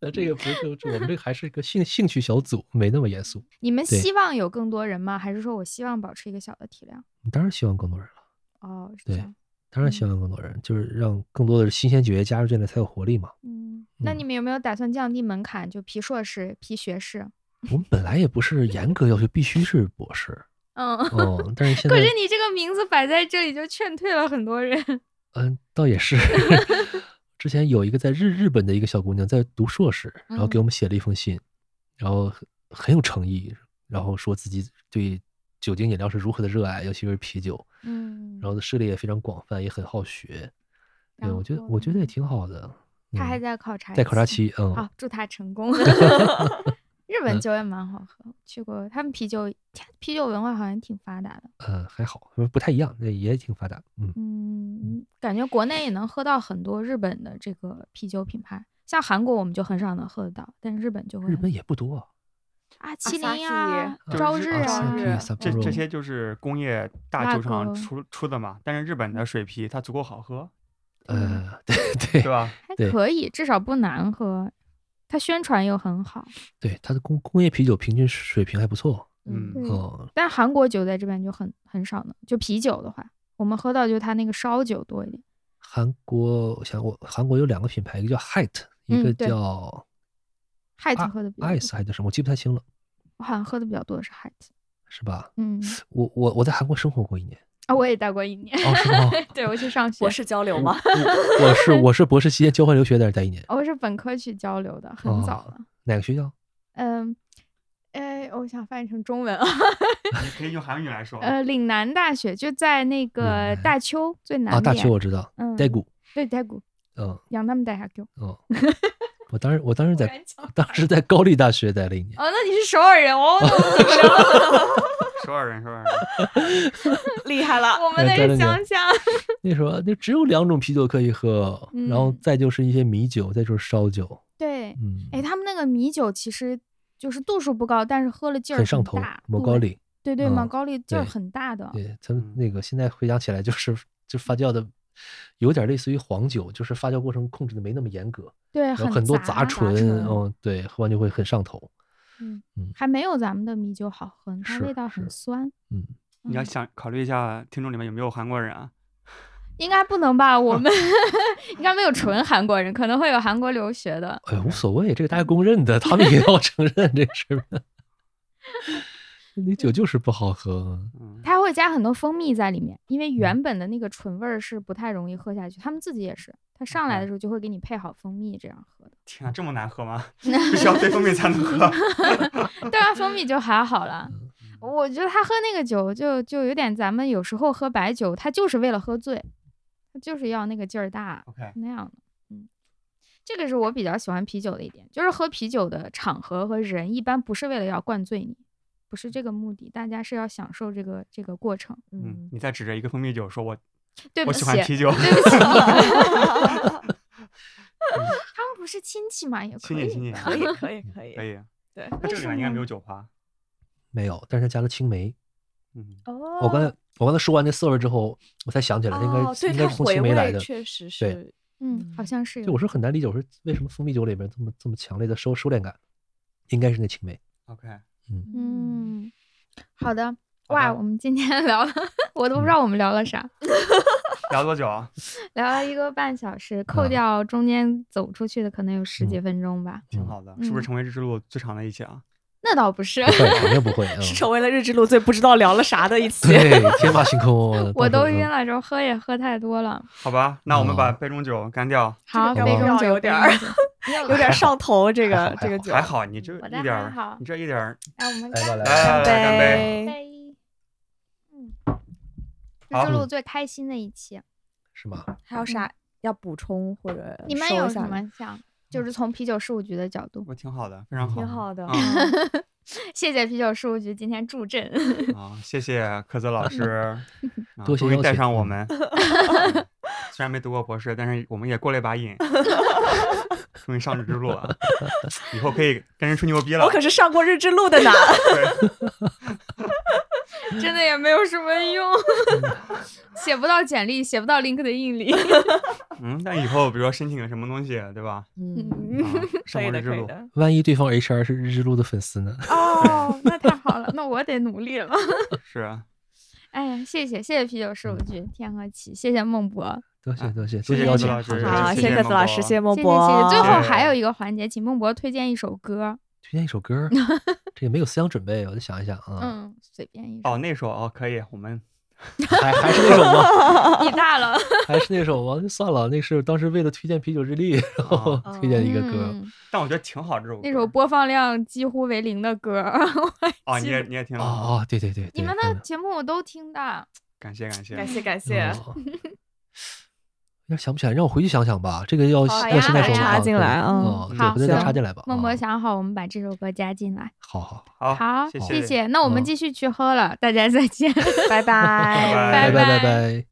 那这个不是我们这个还是个兴兴趣小组，没那么严肃。
你们
对
希望有更多人吗？还是说我希望保持一个小的体量？
当然希望更多人了，
哦，是这
对
样。
当然希望更多人，就是让更多的新鲜血液加入进来才有活力嘛。
嗯，那
嗯
你们有没有打算降低门槛，就批硕士、批学士？
我们本来也不是严格要求必须是博士，
嗯，
哦，但是现
可
在
是你这个名字摆在这里，就劝退了很多人。
嗯，倒也是。之前有一个在日日本的一个小姑娘在读硕士，
嗯
然后给我们写了一封信，然后很很有诚意，然后说自己对酒精饮料是如何的热爱，尤其是啤酒，
嗯，
然后涉猎也非常广泛，也很好学。对，
然
我觉得
后
我觉得也
呢
挺好的。
他还
嗯
在考察，
在考察。期，嗯，
好，祝他成 功。日本酒也蛮好喝，去过他们啤酒，啤酒文化好像挺发达的。
嗯，还好，不太一样，那也挺发达，嗯，
嗯，感觉国内也能喝到很多日本的这个啤酒品牌，像韩国我们就很少能喝得到，但是日本就会
日
很
本也不多啊，
啊，麒
萨
麟呀、
西
朝
就是
日
啊
啊，
Asahi
这
Sapporo
这些就是工业大
那
酒厂
个
出出的嘛，但是日本的水啤它足够好喝，
嗯
呃， 对对
对吧？
还
对
可以，至少不难喝。它宣传又很好，
对，它的工工业啤酒平均水平还不错，
嗯
对
嗯，
但韩国酒在这边就很很少呢。就啤酒的话，我们喝到就它那个烧酒多一点。
韩国，我想我韩国有两个品牌，一个叫 Height，一
嗯
个
对
叫
海特
啊
喝的比较多，
Ice 还叫什么，我记不太清了，
我好像喝的比较多的是海特。
是吧？
嗯，
我我我在韩国生活过一年，
啊、我也待过一年，
哦，是吗？
对我去上学，
博士交
嗯
流吗？
我我是我是博士期间交换留学在那儿待一年，
我是本科去交流的，很早了。
哪个学校？
嗯，呃，我想翻译成中文啊，
你可以用韩语来说。
呃，岭南大学就在那个
南
大邱最南
啊，
边。
大邱我知道，
嗯
代谷，
对大谷，
嗯
养他们大下给我。
嗯，我当时我当时在
哦，
当时在高丽大学待了一年，
那你是首尔人 哦，那我怎么知道？
首尔人，首 尔人，
厉害了，
我们那是乡下。
那时候那只有两种啤酒可以喝，然后
嗯
再就是一些米酒，再就是烧酒，
对，
嗯，
哎，他们那个米酒其实就是度数不高，但是喝了劲儿
很上头
大，
莫
度
高
很。
岭。
对对，
嗯
马高丽劲儿
对
很大的。
对，它
嗯
那个现在回想起来，就是就发酵的有点类似于黄酒，就是发酵过程控制的没那么严格，
对，
然后很多
杂
醇，
醇。
嗯，对，喝完就会很上头。
嗯
嗯，
还没有咱们的米酒好喝，它
是
味道很
是
酸。
嗯，
你要
嗯
想考虑一下，听众里面有没有韩国人啊？
应该不能吧？ 我们应该没有纯韩国人，可能会有韩国留学的。
哎呀，无所谓，这个大家公认的，他们也要 承认这个事儿。 那酒就是不好喝，
嗯，
它会加很多蜂蜜在里面，因为原
嗯
本的那个醇味儿是不太容易喝下去。他们自己也是，他上
嗯
来的时候就会给你配好蜂蜜这样喝的。
天啊，这么难喝吗？ 必须要兑蜂蜜才能喝。
对啊，蜂蜜就还好了。
嗯
我觉得他喝那个酒就就有点咱们有时候喝白酒，他就是为了喝醉，他就是要那个劲儿大
OK，
那样的。嗯，这个是我比较喜欢啤酒的一点，就是喝啤酒的场合和人一般不是为了要灌醉你，不是这个目的，大家是要享受这个这个过程。
嗯
嗯，，
你再指着一个蜂蜜酒说我
对不
我
起，
喜欢啤酒，
对不起，他们不是亲戚嘛，也
亲
可
戚
以嗯
亲戚
的
可以可以可
可
以，
以。
对，
为
那这个里
什
面应该
么
没有酒花。
没有，但是它加了青梅。
嗯，
哦，
我刚才我刚才说完那四味儿之后，我才想起来，它应该、
哦，对
应
它
该是从
回
青梅来
味
的。
确实
对
是，
嗯，好像是
就
有
我是很难理解，我说为什么蜂蜜酒里边这么这么强烈的收收敛感，应该是那青梅。
OK，
嗯，好的。
好嗯
哇，
吧
我们今天 聊了，我都不知道我们聊了啥，
聊多久啊？
聊了一个半小时，扣
嗯
掉中间走出去的，可能有十几
嗯
分钟吧。
挺
嗯
好的，是不
嗯
是成为日之路最长的一期啊？
那倒不是，，
不会，肯定不会。嗯、
是成为了日之路最不知道聊了啥的一期。
对，天马行 空
我都
晕
晕。了，之后喝也喝太多了。
嗯好吧，那我们把
哦
杯中酒干掉。
好，
感
杯
冒
中
药
酒
有
杯
点
中
儿
酒
有点上头，这
还
个
好
这个
还好
酒
还好，你这
我的
一点
还
儿
嗯好，
你这一点儿
来，我们
来吧
干
来
哎来来来干杯！
杯。
杯。嗯，
好
这是录最开心的一期。
嗯是吗？
还有啥要补充或者
你们
收
有
一下
什
吗
嗯
么想？就是从啤酒事务局的角度，
我挺好的，非常好
嗯 挺。好的
嗯，
谢谢啤酒事务局今天助阵。
啊，谢谢柯泽老
嗯
师，啊
多谢
终于
邀
带
请
上我
嗯
们。嗯虽然没读过博士，但是我们也过了一把 瘾，终于上日之路了， 以后可以跟人吹牛逼了
我。可是上过日之路的呢。
对，
真的也没有什么用，
嗯
写不到简历，写不到 LinkedIn 里。
嗯，那以后比如说申请个什么东西，对吧？
嗯，
啊上
可
过日
以的，
之
可以
路，
的。
万一对方 HR 是日之路的粉丝呢？
哦，那太好了，那我得努力了。
是，
哎呀，谢谢谢谢啤酒十五局天河起，谢谢孟博，
多谢
啊
多谢，
谢
多
谢
邀
柯
请
泽，老师，
好，
谢
谢克
孟
斯老
博
师，谢
谢
孟
谢谢
博
谢。。最后还
谢
有一个环节，请孟博推荐一首歌，
推荐一首歌儿，这也没有思想准备，我再想一想啊，
嗯，随便一首。
哦，那首哦可以，我们
还还是那首吗？
你大了，
还是那首吗？那算了，那是当时为了推荐啤酒之力，然后
哦
推荐一个歌儿。
嗯
但我觉得挺好这首歌。
那首播放量几乎为零的歌，
哦，你
记
也
得
你也听
哦
了，
哦，对对对，
你
对
们
嗯
的节目我都听的。
感谢感谢。
感谢感谢
嗯，有点想不起来，让我回去想想吧。这个要
好
要
呀
现在
好
收
呀
藏
插进来嗯
哦，对，
好
回头再
行
插进来吧。
孟博
啊，
想好，我们把这首歌加进来。
好好，
好，
好，
谢
谢
谢。
那我们
嗯
继续去喝了，大家再见。
拜拜
拜
拜
拜拜拜。